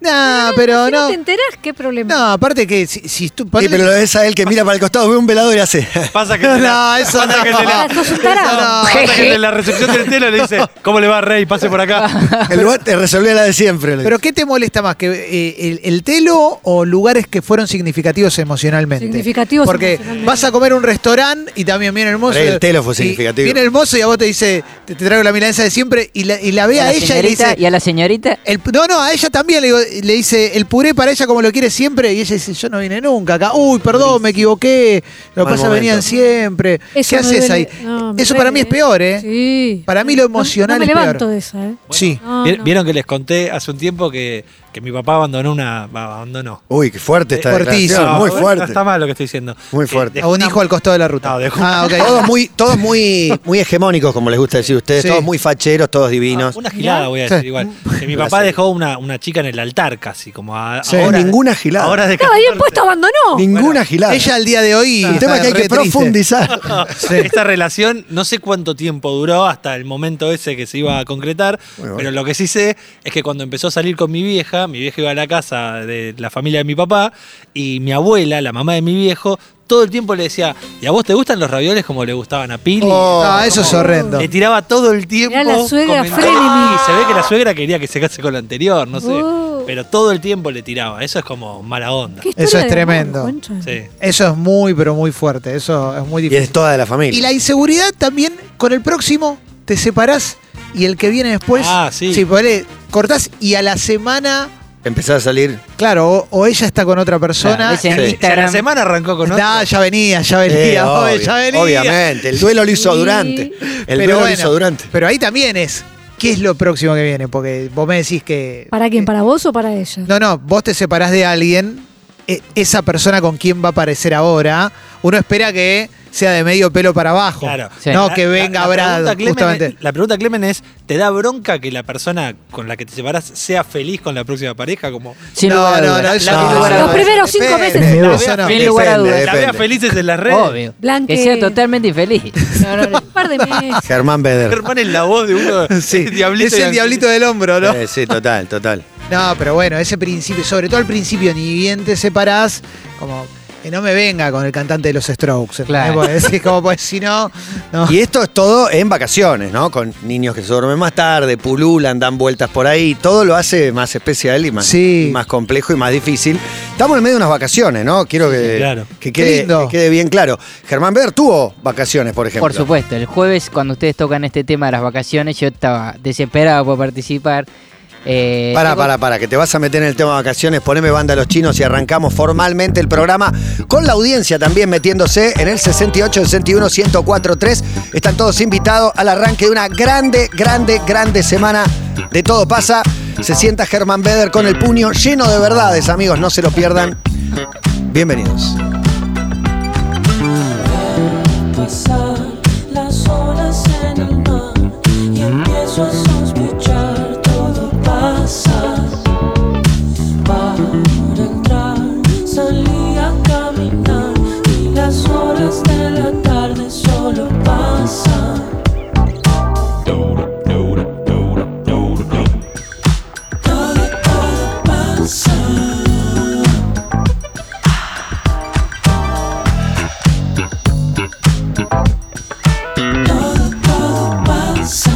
S5: No, pero
S1: si no,
S5: no.
S1: te enterás, qué problema.
S5: No, aparte que si, si tú.
S2: Sí,
S5: ponele-
S2: pero lo ves a él que mira para el costado, ve un velador y hace.
S3: Pasa que te
S5: No,
S3: la-
S5: eso
S3: pasa que te la-
S1: Ah, sos un tarado.
S5: no.
S3: pasa que en la recepción del telo le dice, ¿cómo le va, Rey? Pase por acá.
S2: El lugar te resolvió la de siempre. le
S5: Pero
S2: dice.
S5: ¿qué te molesta más? ¿Que eh, el, el telo o lugares que fueron significativos emocionalmente?
S1: Significativos
S5: Porque
S1: emocionalmente.
S5: vas a comer a un restaurante y también viene el mozo.
S2: Por ahí el telo fue
S5: y
S2: significativo.
S5: Viene el mozo y a vos te dice, te, te traigo la milanesa de siempre y la, y la ve
S4: A
S5: a,
S4: la
S5: ella y le
S4: señorita
S5: dice.
S4: y a la señorita
S5: el- no, no, a ella también le digo, le dice el puré para ella como lo quiere siempre y ella dice, yo no vine nunca acá. Uy, perdón, me equivoqué. Lo que
S2: Mal
S5: pasa
S2: momento.
S5: venían siempre. ¿Qué
S1: Eso me
S5: haces
S1: duele.
S5: ahí?
S1: No, me
S5: Eso para mí es
S1: duele,
S5: peor, ¿eh?
S1: Sí.
S5: Para mí lo
S1: No- no
S5: emocional
S1: me
S5: es peor.
S1: levanto de esa, ¿eh?
S5: sí.
S1: No,
S3: Vi-
S1: no.
S3: Vieron que les conté hace un tiempo que, que mi papá abandonó una. Abandonó.
S2: Uy, qué fuerte está
S5: Fuertísimo.
S3: Eh, No,
S2: Muy
S3: no
S2: fuerte.
S3: Está mal lo que estoy diciendo.
S2: Muy
S3: Que
S2: fuerte.
S3: dejó
S5: A un
S3: una-
S5: hijo al costado de la ruta.
S3: No, dejó-
S5: ah, ok.
S2: Todos muy, todos muy, muy hegemónicos, como les gusta decir a ustedes,
S5: Sí.
S2: todos muy facheros, todos divinos.
S3: Ah, Una gilada voy a decir
S5: Sí.
S3: igual. Que mi papá
S2: Gracias.
S3: dejó una, una chica en el altar casi, como a,
S5: Sí.
S3: ahora.
S2: Ninguna gilada.
S3: Ahora de
S1: Estaba bien puesto, abandonó.
S2: Ninguna gilada.
S5: Ella al día de hoy.
S2: el
S5: está
S2: tema es que hay
S5: re
S2: que
S5: triste.
S2: profundizar.
S3: Esta relación no sé cuánto tiempo duró hasta el momento ese que se iba a concretar,
S2: Bueno, bueno.
S3: pero lo que sí sé es que cuando empezó a salir con mi vieja, mi vieja iba a la casa de la familia de mi papá y mi abuela, la mamá de mi viejo, todo el tiempo le decía, ¿y a vos te gustan los ravioles como le gustaban a Pili?
S2: Oh,
S5: Ah, eso es horrendo.
S3: Le tiraba todo el tiempo.
S1: Mirá la suegra
S3: comentarios.
S1: frenemy.
S3: Sí, se ve que la suegra quería que se case con la anterior, no sé.
S1: Oh.
S3: Pero todo el tiempo le tiraba. Eso es como mala onda.
S1: ¿Qué
S5: Eso
S1: historia
S5: es
S1: de amor,
S5: tremendo.
S1: Juancho?
S3: Sí.
S5: Eso es muy, pero muy fuerte. Eso es muy
S2: Y
S5: difícil.
S2: es toda de la
S5: Y
S2: familia.
S5: la inseguridad también con el próximo, te separás y el que viene después.
S3: Ah, sí.
S5: ponele, cortás y a la semana,
S2: Empezar a salir.
S5: claro, o, o ella está con otra persona.
S4: Claro, es en
S2: Sí.
S3: Ya la
S4: Instagram.
S3: semana arrancó con otro.
S5: Nah, ya venía, ya venía,
S2: Eh,
S5: oye,
S2: obvio,
S5: ya venía.
S2: Obviamente, el duelo lo hizo
S1: Sí.
S2: durante. El duelo lo hizo durante.
S5: pero ahí también es. ¿Qué es lo próximo que viene? Porque vos me decís que.
S1: ¿Para quién? ¿Para vos o para ella?
S5: No, no, vos te separás de alguien, e- esa persona con quien va a aparecer ahora, uno espera que sea de medio pelo para abajo.
S3: Claro.
S4: Sí.
S5: No,
S3: La-
S5: que
S3: la-
S5: venga
S3: la
S5: Brad,
S3: pregunta, Clemen,
S5: justamente.
S3: es- la pregunta, Clemen, es: ¿te da bronca que la persona con la que te separás sea feliz con la próxima pareja? Como
S4: Sin
S5: No,
S4: lugar a
S5: no,
S4: dudas.
S5: no,
S4: Sin
S5: eso
S4: lugar a
S5: no.
S4: dudas.
S1: Los primeros cinco
S2: Depende,
S1: meses.
S5: No,
S2: depende,
S5: eso no.
S4: Sin lugar a dudas.
S3: la vea
S2: depende.
S3: felices en las redes.
S4: Obvio.
S1: Blanque.
S4: Que sea totalmente infeliz. No, no, no.
S1: Un par de meses.
S2: Germán Beder.
S3: Germán es la voz de uno.
S5: Sí,
S3: el diablito
S5: es
S3: y
S5: el
S3: la-
S5: diablito del hombro, ¿no?
S2: Eh, sí, total, total.
S5: No, pero bueno, ese principio, sobre todo al principio, ni bien te separás, como que no me venga con el cantante de los Strokes. ¿entendés?
S4: Claro.
S5: Porque decís, como pues si no, no.
S2: Y esto es todo en vacaciones, ¿no? Con niños que se duermen más tarde, pululan, dan vueltas por ahí. Todo lo hace más especial y más,
S5: Sí.
S2: y más complejo y más difícil. Estamos en medio de unas vacaciones, ¿no? Quiero que,
S3: claro.
S2: que, quede,
S5: lindo.
S2: que quede bien claro. Germán Beder tuvo vacaciones, por ejemplo.
S4: Por supuesto, el jueves cuando ustedes tocan este tema de las vacaciones, yo estaba desesperado por participar. Eh,
S2: Para,
S4: tengo-
S2: para, para, que te vas a meter en el tema de vacaciones, poneme banda a los chinos y arrancamos formalmente el programa con la audiencia también metiéndose en el 68, 61, 1043. Están todos invitados al arranque de una grande, grande, grande semana de todo pasa. Se sienta Germán Beder con el puño lleno de verdades, amigos, no se lo pierdan. Bienvenidos.
S8: pasar las horas en el mar y empiezo a sospechar todo pasa para entrar salí a caminar y las horas de la tarde solo pasan todo todo pasa todo, todo pasa.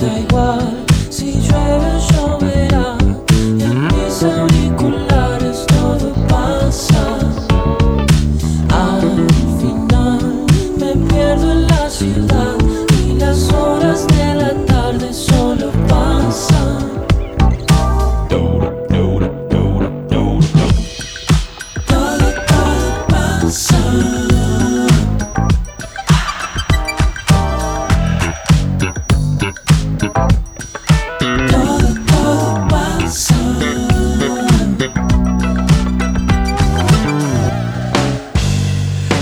S8: Da igual si llueve o lloverá, en mis auriculares todo pasa. Al final me pierdo en la ciudad y las horas de la tarde solo pasan. Todo, todo pasa. Todo, todo pasa.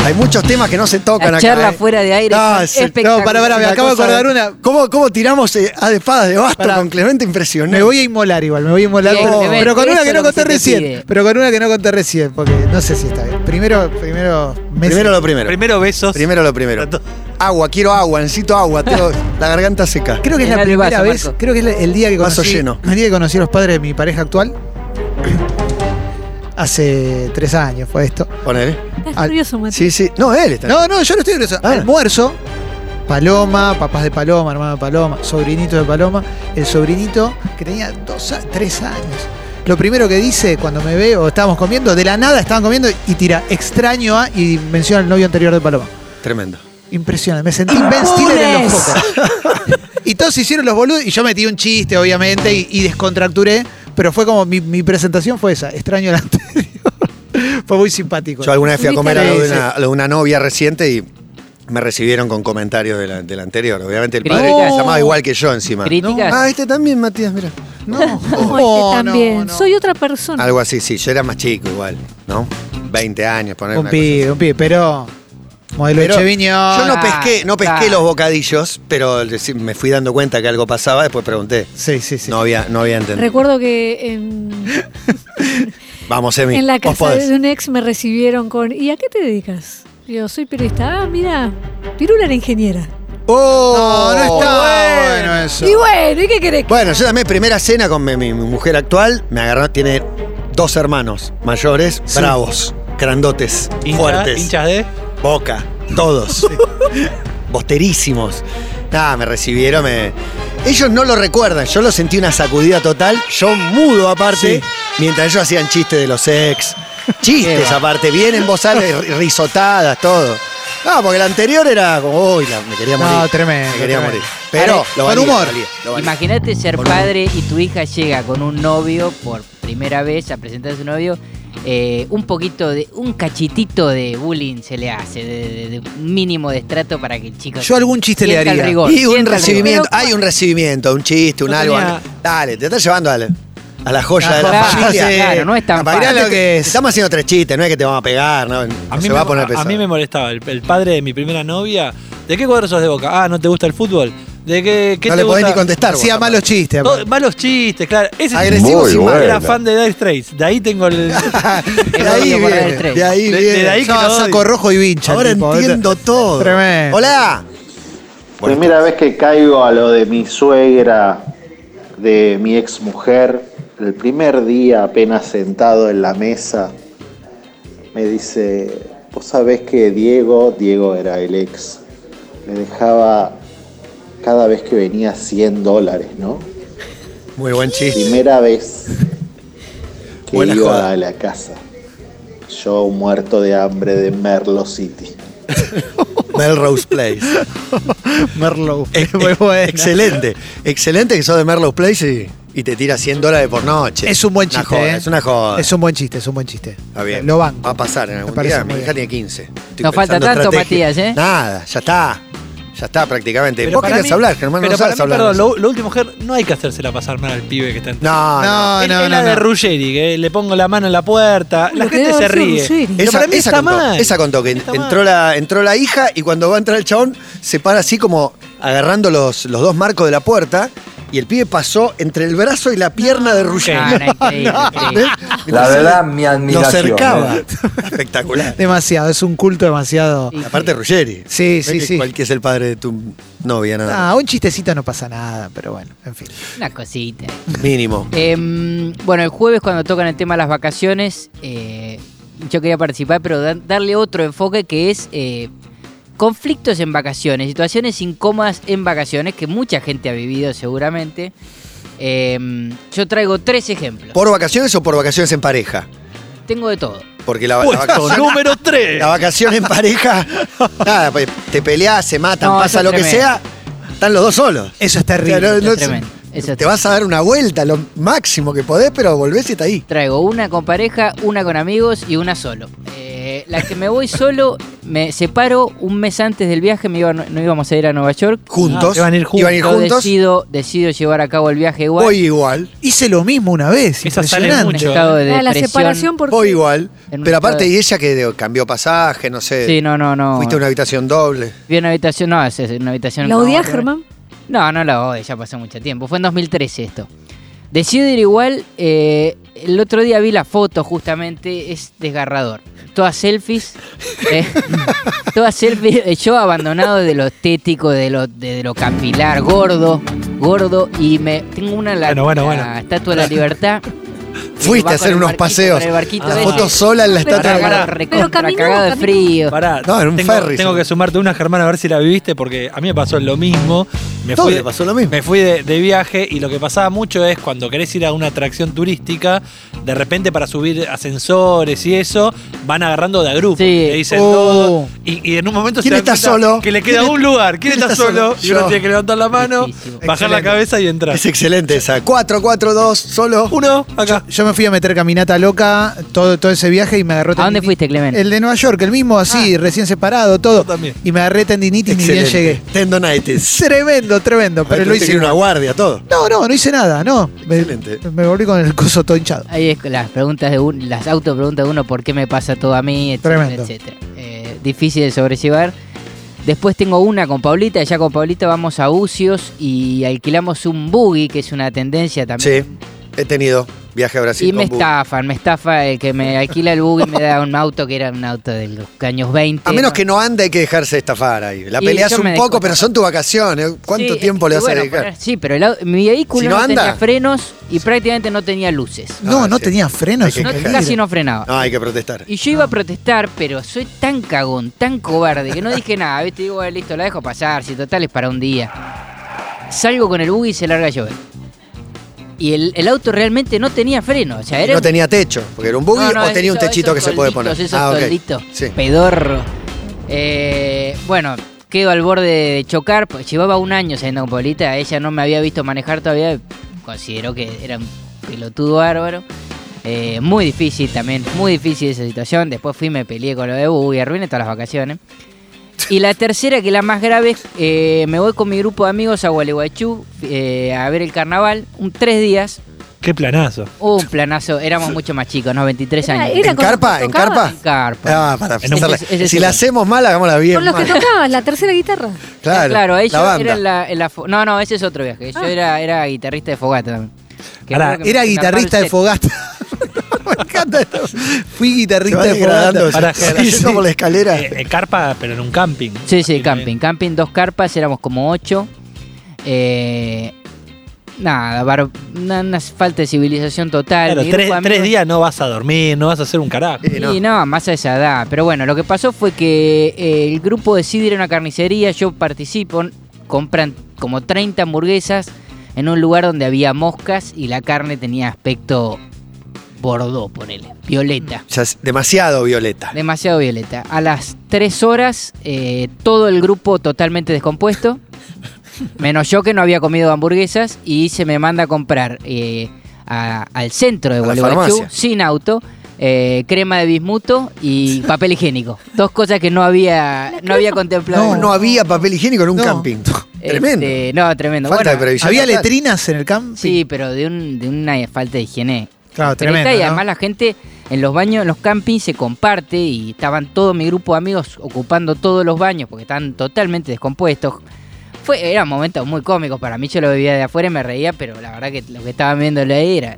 S2: Hay muchos temas que no se tocan
S4: La
S2: acá.
S4: charla
S2: ¿eh?
S4: fuera de aire
S2: Ah,
S4: es
S2: sí.
S4: espectacular.
S5: No, pará, pará, me
S2: Una
S5: acabo de
S2: cosa-
S5: acordar una.
S2: ¿Cómo, cómo tiramos eh, a de espadas de basto
S5: Pará.
S2: con Clemente? Impresionante.
S5: Me voy a inmolar igual, me voy a inmolar.
S4: Bien,
S5: pero,
S4: Clemente,
S5: pero con una
S4: eso
S5: que
S4: es
S5: no
S4: lo que
S5: conté
S4: se te
S5: recién.
S4: pide.
S5: Pero con una que no conté recién, porque no sé si está bien. Primero, primero, Messi.
S2: Primero lo primero.
S3: Primero besos.
S2: Primero lo primero. Agua, quiero agua, necesito agua, tengo la garganta seca.
S5: Creo que es
S4: Llenar
S5: la
S4: el
S5: primera
S4: vaso,
S5: vez,
S4: Marco.
S5: creo que es la- el día que
S2: Vaso
S5: conocí,
S2: lleno.
S5: el día que conocí a los padres de mi pareja actual. Hace tres años fue esto.
S2: Ponele.
S1: Estás
S5: Al-
S1: nervioso, Mati.
S2: Sí, sí. No, él está.
S5: No, no, yo no estoy grueso.
S2: Ah.
S5: Almuerzo, Paloma, papás de Paloma, hermano de Paloma, sobrinito de Paloma, el sobrinito que tenía dos, a- tres años. Lo primero que dice cuando me veo, estábamos comiendo, de la nada estaban comiendo y tira extraño a y menciona al novio anterior de Paloma.
S2: Tremendo.
S5: Impresionante. Me sentí Ben Stiller en los focos. Y todos se hicieron los boludos. Y yo metí un chiste, obviamente, y, y descontracturé. Pero fue como mi, mi presentación fue esa. Extraño la anterior. fue muy simpático.
S2: Yo alguna vez fui a comer a lo de
S5: Sí, sí.
S2: una, a lo de una novia reciente y me recibieron con comentarios de la, de la anterior. Obviamente el padre
S4: Críticas.
S2: se llamaba igual que yo encima.
S4: Críticas.
S2: Ah, este también, Matías, mira.
S5: No,
S1: Ay,
S5: Oh,
S1: que este también.
S5: no, no.
S1: Soy otra persona.
S2: Algo así, sí. Yo era más chico igual, ¿no? 20 años, poner
S5: Un
S2: una cosa así.
S5: pibe, un pibe, pero. Modelo
S2: Pero
S5: Echeviño.
S2: yo no
S4: ah,
S2: pesqué, no pesqué
S4: claro.
S2: los bocadillos, pero sí, me fui dando cuenta que algo pasaba, después pregunté.
S5: Sí, sí, sí.
S2: No había, no había entendido.
S1: Recuerdo que en,
S2: Vamos, Emi.
S1: en la
S2: vos
S1: casa
S2: podés.
S1: de un ex me recibieron con ¿y a qué te dedicas? Y Yo soy periodista. Ah, mira, Pirula era ingeniera.
S2: ¡Oh!
S5: No, no está bueno eso.
S1: Y bueno, ¿y qué querés?
S2: Bueno, yo también primera cena con mi, mi- mi mujer actual, me agarró, tiene dos hermanos mayores, bravos, grandotes,
S3: Hincha-
S2: fuertes,
S3: hinchas de.
S2: boca, todos, bosterísimos. Nada, me recibieron, me... Ellos no lo recuerdan, yo lo sentí una sacudida total, yo mudo aparte, mientras ellos hacían chistes de los ex, chistes
S4: Qué va.
S2: aparte, bien en voz alta, ri- risotadas, todo. No, porque la anterior era como, uy, la- me quería
S5: No,
S2: morir.
S5: tremendo,
S2: Me quería
S5: tremendo.
S2: morir. Pero,
S5: Vale,
S2: lo
S5: con
S2: valía,
S5: humor.
S2: lo valía, lo valía.
S4: Imagínate ser padre y tu hija llega con un novio por primera vez a presentar a su novio. eh, un poquito de. Un cachitito de bullying se le hace, de, de- de un mínimo de estrato para que el chico.
S5: Yo algún chiste le
S4: sienta el
S5: haría.
S4: rigor,
S2: Y un
S4: sienta el
S2: recibimiento,
S1: Pero-
S2: hay un recibimiento, un chiste, un
S3: No
S2: algo.
S3: tenía-
S2: Dale, te estás llevando al- a la joya
S5: Ah,
S2: de la
S4: claro,
S2: familia.
S5: sí.
S4: Claro, no es tan
S2: Aparte
S5: Mirá
S4: fácil.
S5: lo
S2: te-
S5: que
S2: te
S5: es.
S2: Estamos haciendo tres chistes, no es que te vamos a pegar, no,
S3: A
S2: no
S3: mí,
S2: se
S3: me,
S2: va a poner
S3: a- a
S2: pesado.
S3: mí me molestaba. El, el padre de mi primera novia. ¿De qué cuadro sos de boca? Ah, ¿no te gusta el fútbol? ¿De qué, qué
S2: no
S3: te
S2: le podés
S3: gusta?
S2: ni contestar. vos,
S5: Hacía
S2: capaz.
S5: malos chistes.
S3: Todo-
S5: aparte.
S3: malos chistes, claro. Ese
S2: Agresivo
S9: Muy
S2: sin
S9: bueno.
S3: era fan de Dire Straits. De ahí tengo el.
S2: Ah, De
S4: odio
S2: ahí
S4: por la
S2: viene,
S4: del tren.
S2: de ahí
S3: De-
S2: viene.
S3: de ahí-
S5: Usaba
S3: que lo odio.
S5: saco rojo y vincha.
S2: Ahora
S5: tipo,
S2: entiendo todo.
S5: Tremendo.
S2: Hola.
S10: Primera vez que caigo a lo de mi suegra, de mi ex mujer, el primer día apenas sentado en la mesa, me dice, vos sabés que Diego, Diego era el ex, le dejaba cada vez que venía 100 dólares, ¿no?
S2: Muy buen chiste.
S10: Primera vez que
S2: Buena
S10: iba
S2: joda.
S10: a la casa, yo muerto de hambre de Merlo City.
S2: Melrose Place.
S5: Merlow.
S2: Ex-
S5: Muy buena.
S2: Excelente. Excelente que sos de Merrose Place y, y te tira 100 dólares por noche.
S5: Es un buen
S2: Una
S5: chiste.
S2: joda,
S5: eh.
S2: Es una joda.
S5: Es un buen chiste, es un buen chiste.
S2: Está bien.
S5: Lo banco.
S2: Va a pasar en
S5: Me
S2: algún
S5: parece
S2: día.
S5: muy
S2: Mi hija
S5: bien.
S2: tiene 15. Estoy
S4: No falta
S2: pensando
S4: tanto,
S2: estrategia.
S4: Matías, ¿eh?
S2: Nada, ya está. Ya está prácticamente.
S3: Pero
S2: Eh, ¿Vos
S3: para
S2: querés
S3: mí-
S2: hablar, Germán?
S3: Pero
S2: no
S3: para
S2: sabes
S3: mí,
S2: hablar.
S3: perdón, lo, lo último, Ger, no hay que hacérsela pasar mal al pibe que está entrando.
S2: No, no.
S5: No,
S3: es,
S5: no,
S3: es la
S5: no,
S3: de
S5: no.
S3: Ruggeri, que le pongo la mano en la puerta.
S1: Uy,
S3: la
S1: lo que
S3: gente
S1: debe
S3: se
S1: haber sido
S3: ríe.
S1: Ruggeri.
S3: Pero para mí
S2: esa,
S3: está
S2: contó,
S3: mal.
S2: esa contó que
S3: Está
S2: entró
S3: mal.
S2: la, entró la hija y cuando va a entrar el chabón se para así como agarrando los, los dos marcos de la puerta y el pibe pasó entre el brazo y la pierna de Ruggeri.
S4: No, no, increíble, increíble.
S9: La verdad, mi
S2: Lo
S9: admiración.
S2: cercaba.
S9: ¿eh?
S2: Espectacular.
S5: Demasiado, es un culto demasiado.
S4: Y-
S2: Aparte Ruggeri.
S5: Sí,
S2: No es
S5: sí,
S2: que
S5: sí.
S2: cual- que es el padre de tu novia, nada. más.
S5: Ah, un chistecito no pasa nada, pero bueno, en fin.
S4: Una cosita.
S2: Mínimo.
S4: Em, bueno, el jueves cuando tocan el tema de las vacaciones, eh, yo quería participar, pero dan- darle otro enfoque que es eh, conflictos en vacaciones, situaciones incómodas en vacaciones que mucha gente ha vivido seguramente. Em, yo traigo tres ejemplos.
S2: ¿Por Eh, vacaciones o por vacaciones en pareja?
S4: Tengo de todo.
S2: Porque la, la
S3: Puesto
S2: vacación-
S3: número 3.
S2: La vacación en pareja, nada, pues te peleás, se matan,
S4: No,
S2: pasa
S4: eso
S2: lo
S4: es
S2: que
S4: tremendo.
S2: sea, están los dos solos.
S5: Eso
S2: O
S5: es
S2: sea,
S5: terrible.
S2: no-
S4: eso
S2: no-
S4: es tremendo, eso es
S2: te vas a dar una vuelta, lo máximo que podés, pero volvés y está ahí.
S4: Traigo una con pareja, una con amigos y una solo. Eh, la que me voy solo, me separo un mes antes del viaje, me iba- no, no íbamos a ir a Nueva York.
S2: Juntos.
S3: Ah, iban a ir juntos.
S2: Iban a ir
S4: Yo
S2: juntos.
S4: decido, decido llevar a cabo el viaje igual.
S2: Voy igual.
S5: Hice lo mismo una vez.
S3: Esa sale
S4: un
S5: impresionante.
S3: mucho.
S4: estado de
S1: Ah, la
S4: depresión.
S1: separación por
S2: Voy igual.
S4: En un
S2: Pero aparte,
S4: estado-
S2: y ella que digo, cambió pasaje, no sé.
S4: Sí, no, no, no.
S2: Eh, Fuiste a una habitación doble.
S4: Fui a una habitación, no, es es una habitación.
S1: ¿La
S4: con-
S1: odias, Germán?
S4: No, no la odio, ya pasó mucho tiempo. Fue en 2013 esto. Decido ir igual. eh, el otro día vi la foto, justamente, es desgarrador. Todas selfies. eh, todas selfies. eh, Yo abandonado de lo estético, de lo, de, de lo capilar, gordo, gordo. Y me tengo una en la,
S3: Bueno, bueno,
S4: la
S3: bueno.
S4: estatua de la libertad.
S2: Fuiste
S4: va
S2: a hacer
S4: con el
S2: unos
S4: barquito,
S2: paseos.
S4: con el barquito
S2: La
S4: ese.
S2: foto sola en la
S1: Pero
S2: estatua. de
S1: pará,
S2: la-
S1: pará.
S4: recontra
S1: Pero caminó,
S4: cagado de
S1: caminó.
S4: frío.
S3: Pará,
S2: No, en un
S3: tengo,
S2: ferry,
S3: Tengo
S2: seguro.
S3: que sumarte una, Germán, a ver si la viviste, porque a mí me pasó lo mismo. Me
S2: Todo
S3: fui,
S2: le pasó lo mismo.
S3: Me fui de, de viaje y lo que pasaba mucho es cuando querés ir a una atracción turística, de repente para subir ascensores y eso, van agarrando de a grupo.
S4: Sí.
S3: Te dicen
S5: Oh.
S3: todo. Y, y en un momento
S2: Uh. ¿Quién
S3: se dan
S2: está
S3: cuenta
S2: solo?
S3: Que le queda un lugar. ¿Quién, está, solo? Y uno
S2: Yo.
S3: tiene que levantar la mano,
S4: Difícil.
S3: bajar la
S5: Excelente.
S3: cabeza y entrar.
S2: Es excelente esa. 4, 4, 2, solo.
S3: Uno, acá.
S5: Yo me fui a meter caminata loca todo, todo ese viaje y me agarró
S4: ¿A dónde
S5: tendinitis.
S4: fuiste, Clemente? Ah.
S5: El de Nueva York, el mismo así, recién separado, todo.
S3: Yo también.
S5: Y me agarré tendinitis y ni bien
S2: Excelente.
S5: llegué.
S2: Tendonitis.
S5: Tremendo, tremendo. Pero lo hice.
S2: una guardia, todo.
S5: No, no, no hice nada, no. Me-
S2: Excelente. Ah,
S5: Me, volví con el coso todo hinchado.
S4: Ahí es las preguntas de un, las autopreguntas de uno, ¿por qué me pasa todo a mí? Etcétera,
S5: Tremendo.
S4: etcétera. Eh, difícil de sobrellevar. Después tengo una con Paulita, ya con Paulita vamos a Ucios y alquilamos un buggy, que es una tendencia también.
S2: Sí, he tenido viaje a Brasil.
S4: y me
S2: con Bubu.
S4: estafan, me estafa el que me alquila el buggy, me da un auto que era un auto de los años 20.
S2: A menos
S4: ¿no?
S2: que no ande, hay que dejarse estafar ahí. La
S4: Y
S2: peleas
S4: yo me
S2: un
S4: dejo
S2: poco, pero son tus vacaciones. ¿Cuánto
S4: Sí,
S2: tiempo
S4: y
S2: le vas
S4: bueno,
S2: a dedicar?
S4: pero- sí, pero el au- mi vehículo
S2: Si no
S4: no, tenía
S2: anda.
S4: frenos y prácticamente no tenía luces.
S5: No,
S2: Ah,
S5: no
S2: sí.
S5: tenía frenos.
S2: Hay que
S5: un
S4: No-
S2: quejar.
S5: peligro.
S4: casi no frenaba.
S2: No, hay que protestar.
S4: Y yo iba a protestar, pero soy tan cagón, tan cobarde, que no dije nada. ¿viste? Digo, "Bueno, listo, la dejo pasar, si total es para un día. Salgo con el buggy y se larga a llover. Y el, el auto realmente no tenía freno. O sea, era
S2: No
S4: un-
S2: tenía techo, porque era un buggy
S4: no, no,
S2: o tenía un
S4: esos-
S2: techito que
S4: esos
S2: se puede
S4: tolditos,
S2: poner. Ah,
S4: Esos
S2: ok.
S4: tolditos,
S2: Sí.
S4: pedorro. Eh, bueno, quedo al borde de chocar. pues, llevaba un año saliendo con Polita. Ella no me había visto manejar todavía. Consideró que era un pelotudo bárbaro. Eh, muy difícil también, muy difícil esa situación. Después fui, me peleé con lo de Uy, arruiné todas las vacaciones. Y la tercera, que la más grave, es, eh, me voy con mi grupo de amigos a Gualeguaychú eh, a ver el carnaval. Un tres días, Oh,
S3: Qué planazo.
S4: un planazo, éramos mucho más chicos, ¿no? 23
S1: Era-
S4: años.
S1: era
S2: ¿En
S1: con los que
S2: carpa? ¿En
S1: tocabas.
S2: carpa?
S4: En carpa.
S2: Ah, para
S3: En un-
S2: hacerla.
S4: Ese- ese
S2: Si
S4: es
S2: la
S4: el-
S2: hacemos mal, hagámosla bien.
S1: Con los que
S2: mal.
S1: tocabas, la tercera guitarra.
S2: Claro,
S4: Eh, ellos
S2: la banda.
S4: eran la, en la fo- No, no, ese es otro viaje. Yo
S1: Ah.
S4: era, era guitarrista de fogata también. Que
S3: Ahora,
S4: creo que me
S5: Era
S4: fui a
S5: guitarrista
S4: Carpal
S5: de fogata. me encanta esto. Fui
S2: Se va
S5: guitarrista de
S2: degradando
S5: fogata.
S2: esa
S3: Pará,
S2: cara,
S3: sí,
S2: yendo
S3: sí.
S2: por la escalera.
S3: Eh, eh, carpa, pero en un camping.
S4: Sí, sí, camping. Camping, dos carpas, éramos como ocho. Eh, nada, bar- una, una falta de civilización total.
S3: Claro,
S4: Mi grupo
S3: tres,
S4: de
S3: tres
S4: amigos-
S3: días no vas a dormir, no vas a hacer un carajo.
S2: Eh, no.
S4: Y no, más a esa edad. Pero bueno, lo que pasó fue que eh, el grupo decide ir a una carnicería, yo participo, compran como 30 hamburguesas en un lugar donde había moscas y la carne tenía aspecto bordó, ponele, violeta.
S2: Ya es demasiado violeta.
S4: Demasiado violeta. A las 3 horas, eh, todo el grupo totalmente descompuesto. Menos yo que no había comido hamburguesas y se me manda a comprar eh, a- al centro de
S2: A la
S4: Gualeguaychú,
S2: farmacia.
S4: sin auto, eh, crema de bismuto y papel higiénico. Dos cosas que no había, no había contemplado.
S2: No, no había papel higiénico en un
S5: No.
S2: camping.
S4: Este,
S2: Tremendo.
S4: no, tremendo.
S2: Falta de
S4: Bueno,
S2: previsión.
S5: ¿Había
S2: total.
S5: letrinas en el camping?
S4: sí, pero de, un- de una falta de higiene
S5: Claro,
S4: tremenda,
S5: tremendo.
S4: y
S5: ¿no?
S4: además la gente en los baños, en los campings se comparte y estaban todo mi grupo de amigos ocupando todos los baños porque estaban totalmente descompuestos. Fue, eran momentos muy cómicos para mí, yo lo vivía de afuera y me reía, pero la verdad que lo que estaban viendo ahí era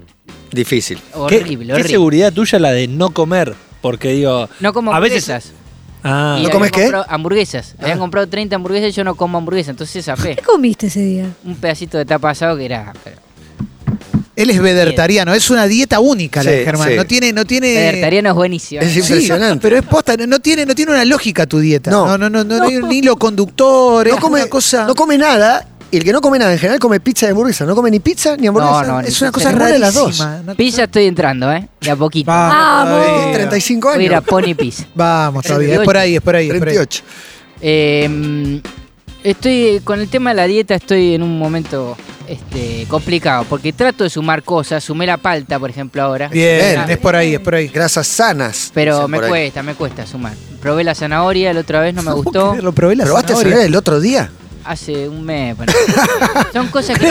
S2: Difícil.
S3: ¿Qué,
S4: horrible,
S3: qué
S4: horrible.
S3: seguridad tuya la de no comer? Porque digo.
S4: No como
S3: A veces-
S4: hamburguesas.
S3: Ah,
S4: Y
S2: ¿No
S4: habían
S2: comes qué?
S4: comprado Hamburguesas. Habían comprado 30 hamburguesas y yo no como hamburguesas, entonces zafé.
S1: ¿Qué comiste ese día?
S2: Eh,
S4: Un pedacito de tapa asado que era pero,
S5: Él es vedertariano, es una dieta única la de
S2: Sí,
S5: Germán.
S2: sí.
S5: No tiene, no tiene.
S4: vegetariano es buenísimo.
S2: Es
S5: Sí,
S2: impresionante.
S5: pero es posta, no- no tiene, no tiene una lógica tu dieta.
S2: No.
S5: No, no, no, no, no hay un hilo conductor, es
S2: no come,
S5: una cosa.
S2: no come nada. Y el que no come nada en general come pizza y hamburguesa. No come ni pizza ni hamburguesa.
S4: No, no,
S5: es una
S4: ni
S5: cosa
S4: se
S2: ninguna
S5: rarísima.
S2: de las dos.
S5: No-
S4: Pizza estoy entrando, ¿eh? De a poquito.
S5: Ah,
S1: Vamos.
S5: todavía.
S2: Tiene 35
S4: Voy a ir a
S2: años.
S4: Pony Pizza.
S5: Vamos todavía, es por ahí, es por ahí. es por ahí.
S2: 38.
S4: Eh, estoy con el tema de la dieta, estoy en un momento este, complicado porque trato de sumar cosas. Sumé la palta, por ejemplo, ahora.
S5: Bien,
S2: Bien.
S5: es por ahí, es por ahí.
S2: Grasas sanas.
S4: Pero
S2: dicen
S4: me
S2: por ahí.
S4: cuesta, me cuesta sumar. Probé la zanahoria la otra vez, no me gustó.
S5: Lo probé la
S2: ¿Probaste
S5: zanahoria.
S2: cereal el otro día?
S4: Hace un mes. bueno. Son cosas que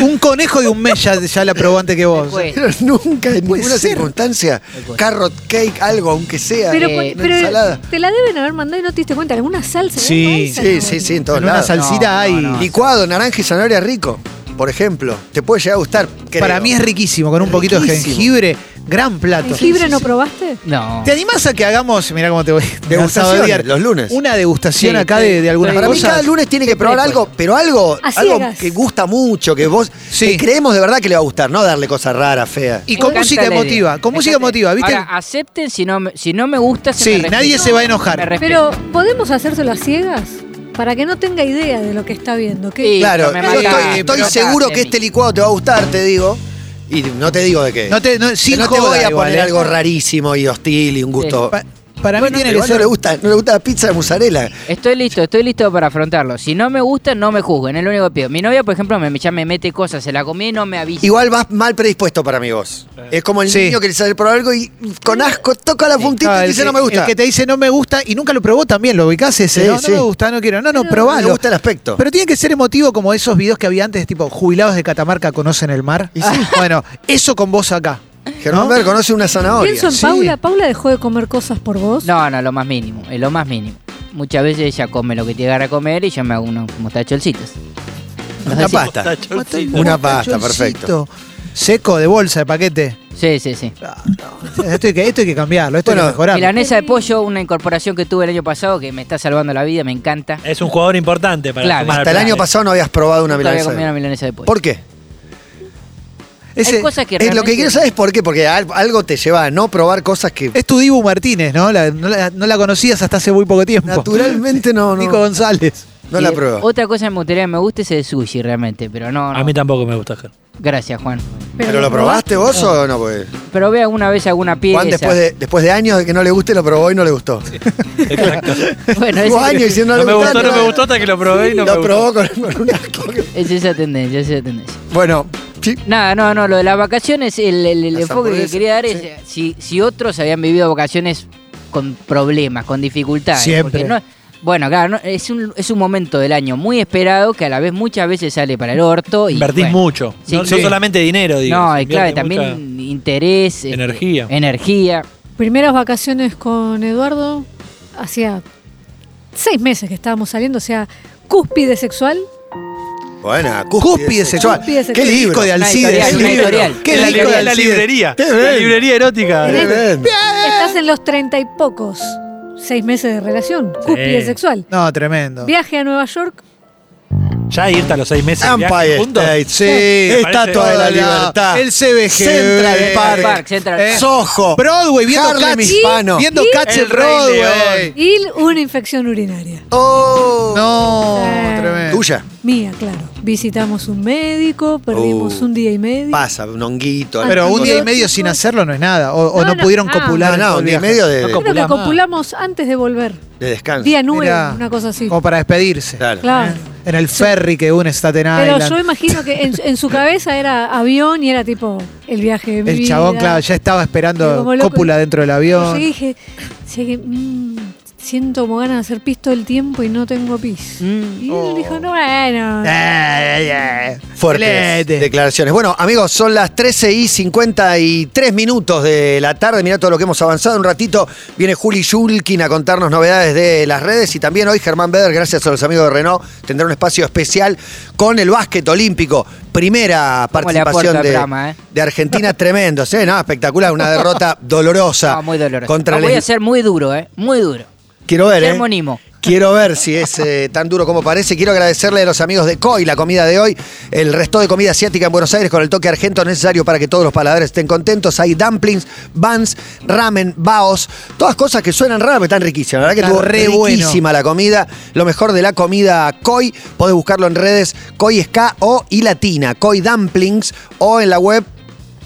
S5: Un conejo de un mes ya, ya la probó antes que
S4: me
S5: vos.
S4: cuesta.
S2: Pero nunca, en
S5: Puede
S2: ninguna
S5: ser.
S2: circunstancia.
S4: cuesta.
S2: Carrot cake, algo, aunque sea.
S1: Pero,
S4: eh,
S1: cu-
S2: una
S1: pero
S2: ensalada.
S1: te la deben haber mandado y no te diste cuenta. ¿Alguna salsa?
S5: Sí,
S1: ¿Alguna
S2: Sí,
S1: salsa?
S2: sí, sí, en todos
S5: En una
S2: lados.
S5: salsita
S4: No,
S5: hay.
S4: no, no.
S2: Licuado, naranja y zanahoria rico, por ejemplo. Te puede llegar a gustar. creo.
S5: Para mí es riquísimo, con un poquito de
S2: Riquísimo.
S5: jengibre. Gran plato.
S1: ¿Jengibre no probaste?
S4: No.
S5: ¿Te animás a que hagamos, mirá cómo te voy, me vas a
S2: Degustaciones,
S5: odiar,
S2: los lunes.
S5: Una degustación
S4: Sí,
S5: acá
S4: estoy-
S5: de, de algunas
S4: estoy-
S2: Para mí
S5: cosas?
S2: cada lunes tiene que probar algo, pero algo,
S1: A
S2: algo
S1: ciegas.
S2: que gusta mucho, que vos
S5: Sí.
S2: que creemos de verdad que le va a gustar, no darle cosas raras, feas.
S5: Y
S4: Me
S5: con
S4: encanta
S5: música
S4: la idea.
S5: emotiva, con
S4: Me
S5: música
S4: encanta.
S5: emotiva, ¿viste?
S4: Ahora, acepten si no, me- si no me gusta. Se
S5: Sí,
S4: me respeta.
S5: nadie se va a enojar.
S4: Me respeta.
S1: Pero ¿podemos hacérselo a ciegas? Para que no tenga idea de lo que está viendo. ¿qué?
S4: Sí.
S2: Claro,
S4: me
S2: yo
S5: mataste,
S2: estoy,
S5: me
S2: estoy
S4: mataste,
S2: seguro que
S4: Emi.
S2: este licuado te va a gustar, te digo. Y no te digo de qué.
S5: No te- no-
S2: Pero
S5: sin
S2: no te
S5: joda
S2: voy a
S5: igual,
S2: poner
S5: ¿eh?
S2: algo rarísimo y hostil y un gusto.
S5: Pa- para mí
S2: Pero
S5: tiene que
S2: igual no
S5: ser
S2: le gusta, no le gusta la pizza de mozzarella.
S4: Estoy listo, estoy listo para afrontarlo. Si no me gusta, no me juzguen. Es lo único que pido. Mi novia, por ejemplo, me, ya me mete cosas, se la comí y no me avisa.
S2: Igual vas mal predispuesto para mí vos. Es como el
S5: Sí.
S2: niño que le sale probar algo y con asco toca la puntita
S5: Ah,
S2: y
S5: el
S2: dice
S5: que-
S2: no me gusta.
S5: El que te dice no me gusta y nunca lo probó también, lo ubicás ese.
S2: Sí,
S5: no,
S2: sí.
S5: no me gusta, no quiero. No, no,
S2: Pero-
S5: probalo.
S2: No me gusta el aspecto.
S5: Pero tiene que ser emotivo como esos videos que había antes, tipo jubilados de Catamarca conocen el mar. Bueno, eso con vos acá.
S2: Germán
S5: ¿no?
S2: Ver conoce una zanahoria.
S1: Pienso en
S5: sí.
S1: Paula. Paula dejó de comer cosas por vos.
S4: No, no, lo más mínimo. Es lo más mínimo. Muchas veces ella come lo que tiene que comer y yo me hago unos mostacholcitos.
S2: Una pasta. Una pasta, perfecto.
S5: Colchoncito, Seco, de bolsa, de paquete.
S4: Sí, sí, sí.
S5: Ah, no, Esto hay que, esto hay que cambiarlo, esto hay
S2: Bueno,
S5: que mejorarlo.
S4: Milanesa de pollo, una incorporación que tuve el año pasado que me está salvando la vida, me encanta.
S3: Es un jugador importante para
S4: Claro.
S3: sumar al
S2: Hasta el
S3: plan,
S2: año
S3: eh.
S2: pasado no habías probado una
S4: Nunca había
S2: milanesa.
S4: comido una milanesa de pollo.
S2: ¿Por qué?
S5: Ese-
S4: Hay cosas que
S2: Es lo que
S4: realmente-
S2: quiero saber es por qué, porque al- algo te lleva a no probar cosas que
S5: es tu Dibu Martínez, ¿no? La- no, la, no la conocías hasta hace muy poco tiempo.
S2: naturalmente no,
S5: Nico
S2: no,
S5: González.
S2: no
S4: Y
S2: la pruebas.
S4: Otra cosa que me gustaría que me guste es el sushi realmente, pero no. no.
S3: A mí tampoco me gusta, Ger.
S4: Gracias, Juan.
S2: ¿Pero lo probaste vos o no? Pues?
S4: Pero ve alguna vez alguna pieza.
S2: Juan después de, después de años de que no le guste, lo probó y no le gustó.
S3: Exacto.
S4: Bueno, es,
S2: Tuvo años diciendo
S3: No
S2: no,
S3: me
S2: le
S3: gustó,
S2: gusta,
S3: no me gustó hasta que lo probé y no
S2: lo
S3: me gustó.
S2: probó con, con un asco. que-
S4: es esa tendencia, es esa tendencia.
S2: Bueno, sí,
S4: Nada, no, no, lo de las vacaciones, el, el- el
S2: Las
S4: enfoque que
S2: hamburguesas,
S4: quería dar es eh, si, si otros habían vivido vacaciones con problemas, con dificultades.
S5: Siempre.
S4: porque no- bueno, claro, no- es, un, es un momento del año muy esperado que a la vez muchas veces sale para el orto. Y,
S3: Invertís
S4: bueno,
S3: mucho.
S4: Sí,
S3: no, no
S4: sí.
S3: solamente dinero, digo.
S4: No,
S3: se
S4: y claro, y
S3: invierte
S4: también
S3: mucha-
S4: interés. este,
S3: energía.
S4: energía.
S1: Primeras vacaciones con Eduardo, hacía seis meses que estábamos saliendo, o sea, cúspide sexual.
S2: buena,
S5: Cúspide
S2: cúspide
S5: sexual.
S2: sexual.
S1: Cúspide sexual.
S2: Qué libro.
S5: Disco de
S4: editorial,
S5: Alcides. qué
S4: una
S5: libro.
S4: editorial.
S5: Qué
S3: Es la,
S5: disco de
S3: es la
S5: Alcides.
S3: librería.
S2: Qué
S3: La
S2: bien.
S3: librería erótica.
S1: Qué bien.
S2: Tremendo.
S1: Estás en los treinta y pocos, seis meses de relación, cúspide sexual.
S5: No, tremendo.
S1: Viaje a Nueva York,
S3: Ya irte a los seis meses. de viaje
S2: Empire
S3: juntos.
S2: State.
S5: Sí,
S2: Estatua de la Libertad.
S5: El CBG.
S2: Eh, Central eh, Park.
S4: Park, Central Park.
S2: Soho.
S5: Eh, Broadway, viendo
S2: Harlem
S5: Cats.
S2: hispano.
S5: Viendo
S1: Y-
S5: Cats en
S3: El Rey
S5: Broadway.
S1: y una infección urinaria.
S2: Oh.
S5: No, eh.
S1: Sí.
S5: tremendo.
S2: Tuya.
S1: Mía, claro. Visitamos un médico, perdimos
S2: Uh.
S1: un día y medio.
S2: Pasa, un honguito.
S1: Pero
S5: Pero un día y
S1: Antibióticos.
S5: medio sin hacerlo no es nada. O o no,
S1: No, no,
S5: pudieron
S1: ah.
S5: copular.
S2: No,
S5: en todo
S2: no,
S5: el
S2: un día y
S5: viaje.
S2: medio de,
S1: Creo que
S3: Copulamos.
S1: copulamos antes de volver.
S2: de descanso.
S1: Día nueve,
S5: Mirá.
S1: una cosa así.
S5: Como para despedirse.
S2: Claro.
S1: Claro.
S5: En el ferry que une Staten
S1: Pero
S5: Island.
S1: yo imagino que en, en su cabeza era avión y era tipo el viaje de mi
S5: el chabón,
S1: vida.
S5: claro, ya estaba
S1: Y
S5: esperando
S1: como loco,
S5: cópula
S1: y-
S5: dentro del
S1: Yo
S5: avión.
S1: llegué y dije, llegué, mm, siento como ganas de hacer pis todo el tiempo y no tengo pis.
S4: Mm.
S1: y él
S2: oh.
S1: dijo, no, bueno.
S2: Eh, Fuertes
S5: Excelente.
S2: declaraciones. Bueno, amigos, son las 13 y 53 minutos de la tarde. Mirá todo lo que hemos avanzado. Un ratito viene Juli Shulkin a contarnos novedades de las redes. Y también hoy Germán Beder, gracias a los amigos de Renault, tendrá un espacio especial con el básquet olímpico. Primera
S4: ¿Cómo le aporta
S2: participación
S4: el
S2: de,
S4: programa, eh?
S2: de Argentina. Tremendo. ¿sí? No, espectacular. Una derrota dolorosa.
S4: No, muy doloroso.
S2: Contra
S4: No,
S2: el-
S4: voy a ser muy duro, ¿eh? Muy duro.
S2: Quiero ver, ¿eh?
S4: Guillermo Nimo.
S2: Quiero ver si es eh, tan duro como parece. Quiero agradecerle a los amigos de COI la comida de hoy. El resto de comida asiática en Buenos Aires con el toque argento necesario para que todos los paladares estén contentos. Hay dumplings, buns, ramen, baos. Todas cosas que suenan raras, pero están riquísimas. La verdad que
S5: Está
S2: estuvo
S5: re
S2: riquísima la comida. Lo mejor de la comida COI. Podés buscarlo en redes. COI es K-O y latina. COI dumplings o en la web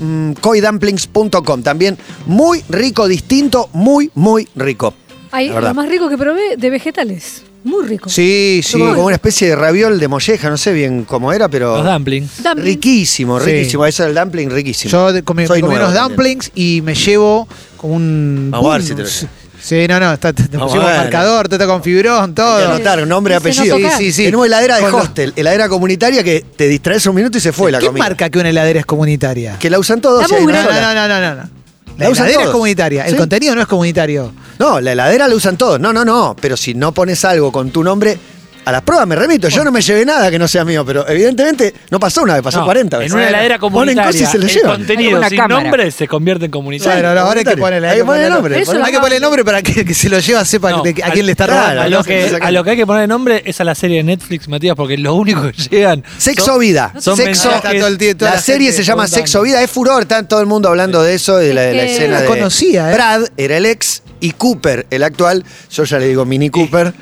S2: mm, coidumplings.com. También muy rico, distinto, muy, muy rico.
S1: Hay
S2: La verdad.
S1: lo más rico que probé de vegetales. Muy rico.
S5: Sí,
S2: Sí.
S5: sí.
S2: Como una especie de raviol de molleja, no sé bien cómo era,
S3: Los
S2: pero.
S3: dumplings.
S1: Dumpling.
S2: Riquísimo,
S5: Sí.
S2: riquísimo. Eso era el dumpling, riquísimo.
S5: Yo de- comí,
S2: Soy
S5: comí
S2: nuevo
S5: unos
S2: también.
S5: dumplings y me llevo como un.
S2: Vamos a ver
S5: un-
S2: si te lo
S5: sí, Sí, no, no, está, te, te
S2: Vamos
S5: pusimos
S2: a ver.
S5: marcador, te con fibrón,
S2: Hay que
S5: todo.
S2: anotar, nombre,
S1: Dice no
S2: apellido.
S1: tocar.
S5: Sí, sí, sí.
S2: Tenemos heladera de
S5: Con los-
S2: hostel, heladera comunitaria que te distraes un minuto y se fue la
S5: ¿Qué
S2: comida.
S5: marca que una heladera es comunitaria?
S2: Que la usan todos. y
S1: Estamos
S2: hay una
S5: No,
S2: sola.
S5: no, no, no, no. no. La,
S2: La usan
S5: heladera es
S2: todos.
S5: comunitaria, el
S2: Sí.
S5: contenido no es comunitario.
S2: No, la heladera la usan todos. No, no, no. Pero si no pones algo con tu nombre, A las pruebas me remito, yo no me llevé nada que no sea mío, pero evidentemente no pasó una vez, pasó
S3: No,
S2: 40 veces.
S3: En una heladera
S2: Ponen
S3: comunitaria,
S2: cosas y se lo
S3: el
S2: llevan.
S4: Hay
S3: contenido
S4: una
S3: sin
S4: cámara.
S3: nombre se convierte en comunitario.
S5: Claro, ahora hay que ponerle,
S2: Hay que ponerle nombre.
S1: Eso
S5: Hay que ponerle el nombre para que, que se lo lleva sepa
S3: No,
S5: de- a
S3: al-
S5: quién le está
S2: claro,
S5: raro.
S3: A lo,
S2: no, se
S3: que,
S2: saca.
S3: a lo que hay que poner nombre es a la serie de Netflix, Matías, porque lo único que llegan.
S2: Sexo
S3: son-
S2: vida.
S3: son
S2: sexo.
S5: Está todo el tie- toda
S2: La, serie se
S5: gente
S2: llama
S5: preguntando.
S2: Sexo Vida, es furor, está todo el mundo hablando de eso, de la, de la
S1: Es que-
S2: escena
S5: Yo
S2: de
S5: la conocía, ¿eh?
S2: Brad era el ex y Cooper, el actual, yo ya le digo Mini Cooper,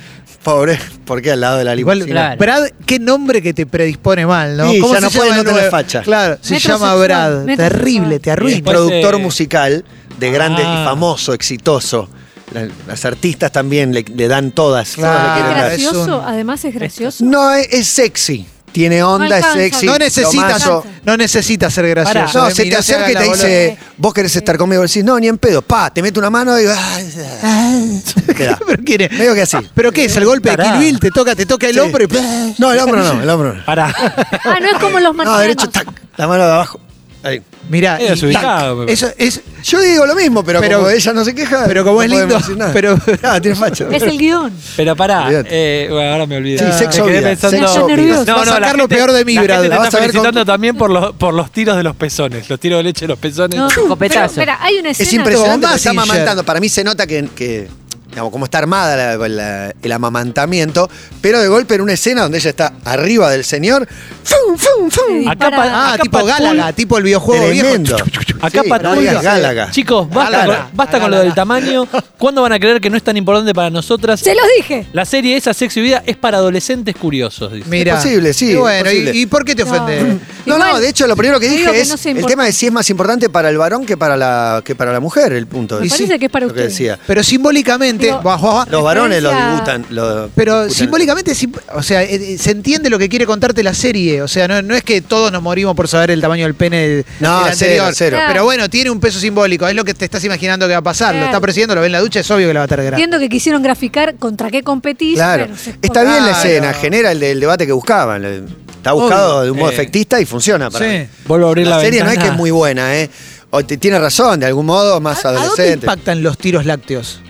S2: pobre, porque al lado de la
S5: Igual,
S2: limusina.
S4: Claro.
S5: Brad, qué nombre que te predispone mal, ¿no?
S2: Sí, ya no puede,
S5: el
S2: no tiene
S5: nuevo?
S2: facha.
S5: Claro, se
S1: Metrosexual,
S5: llama Brad.
S1: metrosexual.
S5: Terrible, te
S2: Es
S5: arruina.
S3: Después,
S2: productor
S3: eh,
S2: musical de grande
S3: Ah.
S2: y famoso, exitoso. La- Las artistas también le, le dan todas. todas
S5: Claro.
S2: le
S1: Es
S2: quieren dar.
S5: Es
S1: gracioso,
S5: un-
S1: además es gracioso.
S2: No, es, es sexy. Tiene onda, es
S1: alcanza.
S2: sexy.
S5: No
S1: lo
S5: necesitas,
S2: plomazo.
S5: no necesitas ser gracioso.
S3: Pará.
S5: eh,
S2: No, se te
S5: mirá, se
S2: acerca y
S5: haga
S2: te
S5: la
S2: dice, vos querés estar conmigo. Decís, no, ni en pedo. Pa, te mete una mano y digo, "Ay, ay". Te da.
S5: boluda. Pero quiere- Ah,
S2: Medio que así.
S5: ¿Pero qué es? ¿El golpe de
S3: Pará.
S5: Kill Bill? Te toca, te toca el
S2: Sí.
S5: hombro y...
S2: No, el hombro no, el hombro no.
S3: Para.
S1: Ah, no es como
S2: No,
S1: los marcianos.
S2: derecho, tac, la mano de abajo. Ahí.
S5: Mirá,
S3: Es
S5: y-
S3: desubicado,
S5: tac.
S3: me
S5: eso es...
S2: Yo digo lo mismo, pero,
S5: Pero-
S2: como ella no se queja.
S5: Pero como
S2: no
S5: es
S2: podemos
S5: lindo,
S2: decir nada.
S5: pero...
S2: Ah, tiene facha.
S1: Es el guión.
S3: Pero pará.
S2: Olvídate.
S3: eh, bueno, ahora me olvidé.
S2: Sí,
S3: Me
S2: sexo
S3: quedé
S2: vida,
S3: pensando-
S1: sexo vida. Nervioso.
S5: Vas a
S3: la
S5: sacar lo peor de mí,
S3: la
S5: Brad.
S3: gente te
S2: La vas
S3: está
S2: a ver con-
S3: felicitando también por los, por los tiros de los pezones, los tiros de leche de los pezones.
S1: No,
S4: Copetazo.
S1: pero, espera, hay una escena.
S2: Es impresionante
S5: Como
S2: que está
S5: Mazinger.
S2: amamantando. Para mí se nota que, que, digamos, cómo está armada la- la- el amamantamiento, pero de golpe en una escena donde ella está arriba del señor, ¡fum, fum, fum!
S1: Sí.
S3: Acá,
S1: Para-
S3: pa-
S5: Ah,
S3: acá
S5: tipo
S3: Patul-
S5: Gálaga, tipo el videojuego
S2: Tremendo.
S5: viejo.
S3: Acá
S2: Sí,
S3: Patul-
S2: no digas Gálaga.
S3: Chicos, basta,
S5: Gálaga.
S3: con, basta con lo del tamaño. ¿Cuándo van a creer que no es tan importante para nosotras?
S1: Se los dije.
S3: La serie esa, Sexo y Vida, es para adolescentes curiosos, dice.
S5: Mirá.
S2: posible, sí,
S5: Y bueno,
S2: es posible.
S5: ¿y, y por qué te
S1: No.
S5: ofendes?
S2: No,
S1: Igual,
S2: no, de hecho lo primero que
S1: yo
S2: dije
S1: digo que
S2: es
S1: no sea
S2: el
S1: import-
S2: tema de si es más importante para el varón que para la, que para la mujer, el punto.
S1: Me
S2: Es
S1: parece que es para
S2: lo que
S1: ustedes.
S2: decía.
S5: Pero simbólicamente,
S1: Digo,
S5: bajo, bajo-
S2: Los varones lo
S1: Referencia-
S2: disputan. lo
S5: pero
S2: disputan.
S5: simbólicamente, sim- o sea, eh, eh, se entiende lo que quiere contarte la serie. O sea, no, no es que todos nos morimos por saber el tamaño del pene del,
S2: No,
S5: del
S2: cero,
S5: anterior.
S2: cero.
S5: Pero bueno, tiene un peso simbólico. Es lo que te estás imaginando que va a pasar. Lo
S1: Claro.
S5: está persiguiendo, lo ve en la ducha, es obvio que la va a estar grande.
S1: Entiendo que quisieron graficar contra qué competís.
S2: Claro.
S1: pero se-
S2: Está bien la
S5: Claro.
S2: escena, genera el, el debate que buscaban. le- Está buscado
S5: Obvio.
S2: de un modo
S3: Eh.
S2: efectista y funciona para
S5: Sí.
S2: mí.
S3: Vuelvo a abrir la,
S2: serie no
S3: ventana.
S2: es que es muy buena, ¿eh? O te- tiene razón, de algún modo, más
S5: ¿A dónde
S2: adolescente.
S5: impactan los tiros lácteos?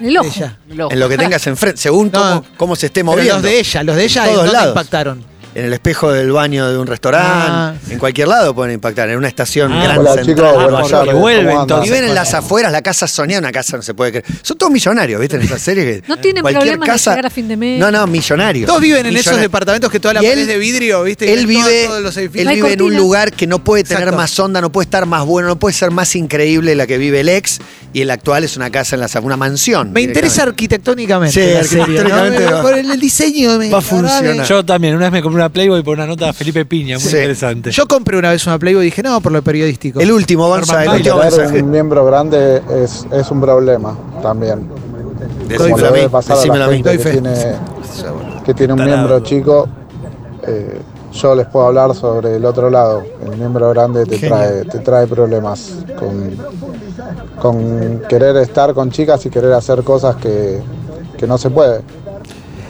S1: El ojo.
S5: Ella.
S4: Loco.
S2: En lo que tengas enfrente, según
S5: No.
S2: cómo, cómo se esté
S5: Pero
S2: moviendo.
S5: los de ella, los de
S2: En
S5: ella, ¿en
S2: todos
S5: dónde
S2: lados.
S5: impactaron?
S2: En el espejo del baño de un restaurante,
S5: Ah.
S2: en cualquier lado pueden impactar, en una estación
S3: Ah.
S2: gran
S10: Hola
S2: central.
S10: chicos, buenas
S3: porque
S10: tardes.
S3: vuelve,
S10: ¿Cómo andan?
S3: entonces.
S2: Viven en las afueras, la casa soñada, una casa no se puede creer. Son todos millonarios, ¿viste? En esa serie que
S1: No tienen
S2: cualquier
S1: problemas de
S2: casa,
S1: llegar a fin de mes.
S2: No, no, millonarios.
S5: Todos viven en esos
S2: Millona-
S5: departamentos que toda la
S2: Y él-
S5: pared es de vidrio, ¿viste? Y
S2: Él
S5: ves todo-
S2: vive,
S5: todos los
S2: él
S5: edificios.
S1: No hay
S2: vive en un
S1: cortinas.
S2: lugar que no puede tener
S5: Exacto.
S2: más onda, no puede estar más bueno, no puede ser más increíble la que vive el ex y el actual es una casa en la una mansión.
S5: Me interesa
S2: directamente.
S5: arquitectónicamente.
S2: Sí,
S5: la serie, ¿no?
S2: arquitectónicamente va.
S5: Por el, el diseño. me-
S2: Va a funcionar.
S3: Yo también, una vez me compré una Playboy por una nota de Felipe Piña, muy
S2: Sí.
S3: interesante.
S5: Yo compré una vez una Playboy y dije, no, por lo periodístico.
S2: El último, Gonza, el
S3: Norman
S2: último
S10: Tener
S2: mensaje.
S10: un miembro grande es, es un problema también. Como
S2: Decímelo a
S10: le debe
S2: mí,
S10: pasar a la
S2: decímelo a mí.
S10: gente
S5: Doy fe.
S10: que tiene, que tiene un
S3: Tarado.
S10: miembro chico, eh, yo les puedo hablar sobre el otro lado. El miembro grande te, trae, te trae problemas con, con querer estar con chicas y querer hacer cosas que, que no se puede.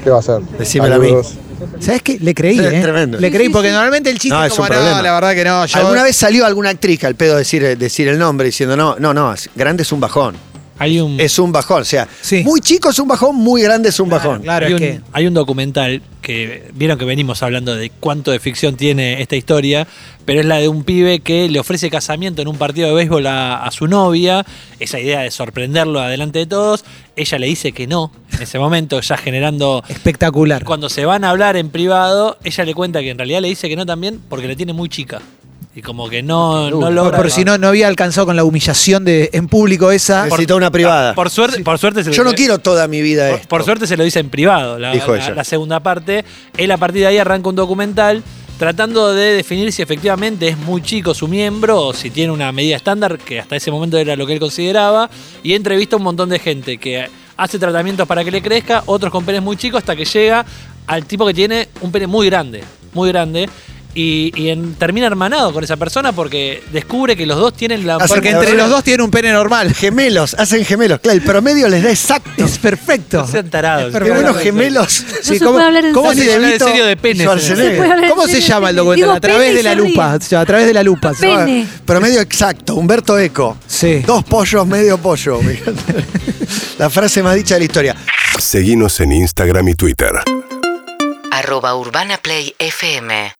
S10: ¿Qué va a hacer?
S2: Decímelo a mí.
S10: Saludos.
S5: ¿Sabes qué? Le creí,
S2: Es
S5: ¿eh?
S2: tremendo.
S5: Le creí, porque normalmente el chiste
S2: No,
S5: es
S2: es un
S5: como,
S2: problema.
S5: no, la verdad que no. Yo,
S2: ¿Alguna vez salió alguna actriz al pedo decir, eh, decir el nombre diciendo no, no, no, es- grande es un bajón?
S3: Hay un,
S2: Es un bajón, o sea,
S5: Sí.
S2: muy chico es un bajón, muy grande es un bajón.
S5: Claro,
S3: hay,
S5: es
S3: un,
S5: que...
S3: hay un documental que vieron que venimos hablando de cuánto de ficción tiene esta historia, pero es la de un pibe que le ofrece casamiento en un partido de béisbol a, a su novia, esa idea de sorprenderlo adelante de todos, ella le dice que no, en ese momento ya generando...
S5: Espectacular.
S3: Cuando se van a hablar en privado, ella le cuenta que en realidad le dice que no también porque le tiene muy chica. Y como que no, no
S5: No,
S3: logra...
S5: por si no, no había alcanzado con la humillación de en público esa.
S2: Necesito una privada.
S3: Por suerte, por suerte se le-
S2: Yo no quiero toda mi vida
S3: Por,
S2: esto.
S3: por suerte se lo dice en privado, la,
S2: Dijo
S3: la-
S2: ella.
S3: la segunda parte. Él a partir de ahí arranca un documental tratando de definir si efectivamente es muy chico su miembro o si tiene una medida estándar, que hasta ese momento era lo que él consideraba, y entrevista a un montón de gente que hace tratamientos para que le crezca, otros con penes muy chicos, hasta que llega al tipo que tiene un pene muy grande, muy grande. Y, y en- termina hermanado con esa persona porque descubre que los dos tienen la...
S2: Hace
S5: Porque Ah, entre los dos tiene un pene normal.
S2: Gemelos, hacen gemelos, claro, el promedio les da exacto.
S5: Es perfecto.
S3: No sean tarados.
S2: Qué buenos gemelos.
S1: No se puede hablar en
S5: ¿cómo
S1: serio.
S5: se
S3: Hablar en
S5: evitó-
S3: serio de penes.
S2: Schwarzenegger.
S1: Se puede hablar en
S5: ¿Cómo se
S1: serio de
S5: llama el
S1: pene?
S5: documental?
S1: Digo,
S5: a través
S1: pene
S5: de
S1: y
S5: la
S1: se ríe.
S5: lupa. se llama A través de la lupa. se llama.
S1: Pene.
S2: Promedio exacto, Humberto Eco.
S5: Sí.
S2: Dos pollos, medio pollo. La frase más dicha de la historia.
S9: Seguinos en Instagram y Twitter.
S4: arroba urbanaplayfm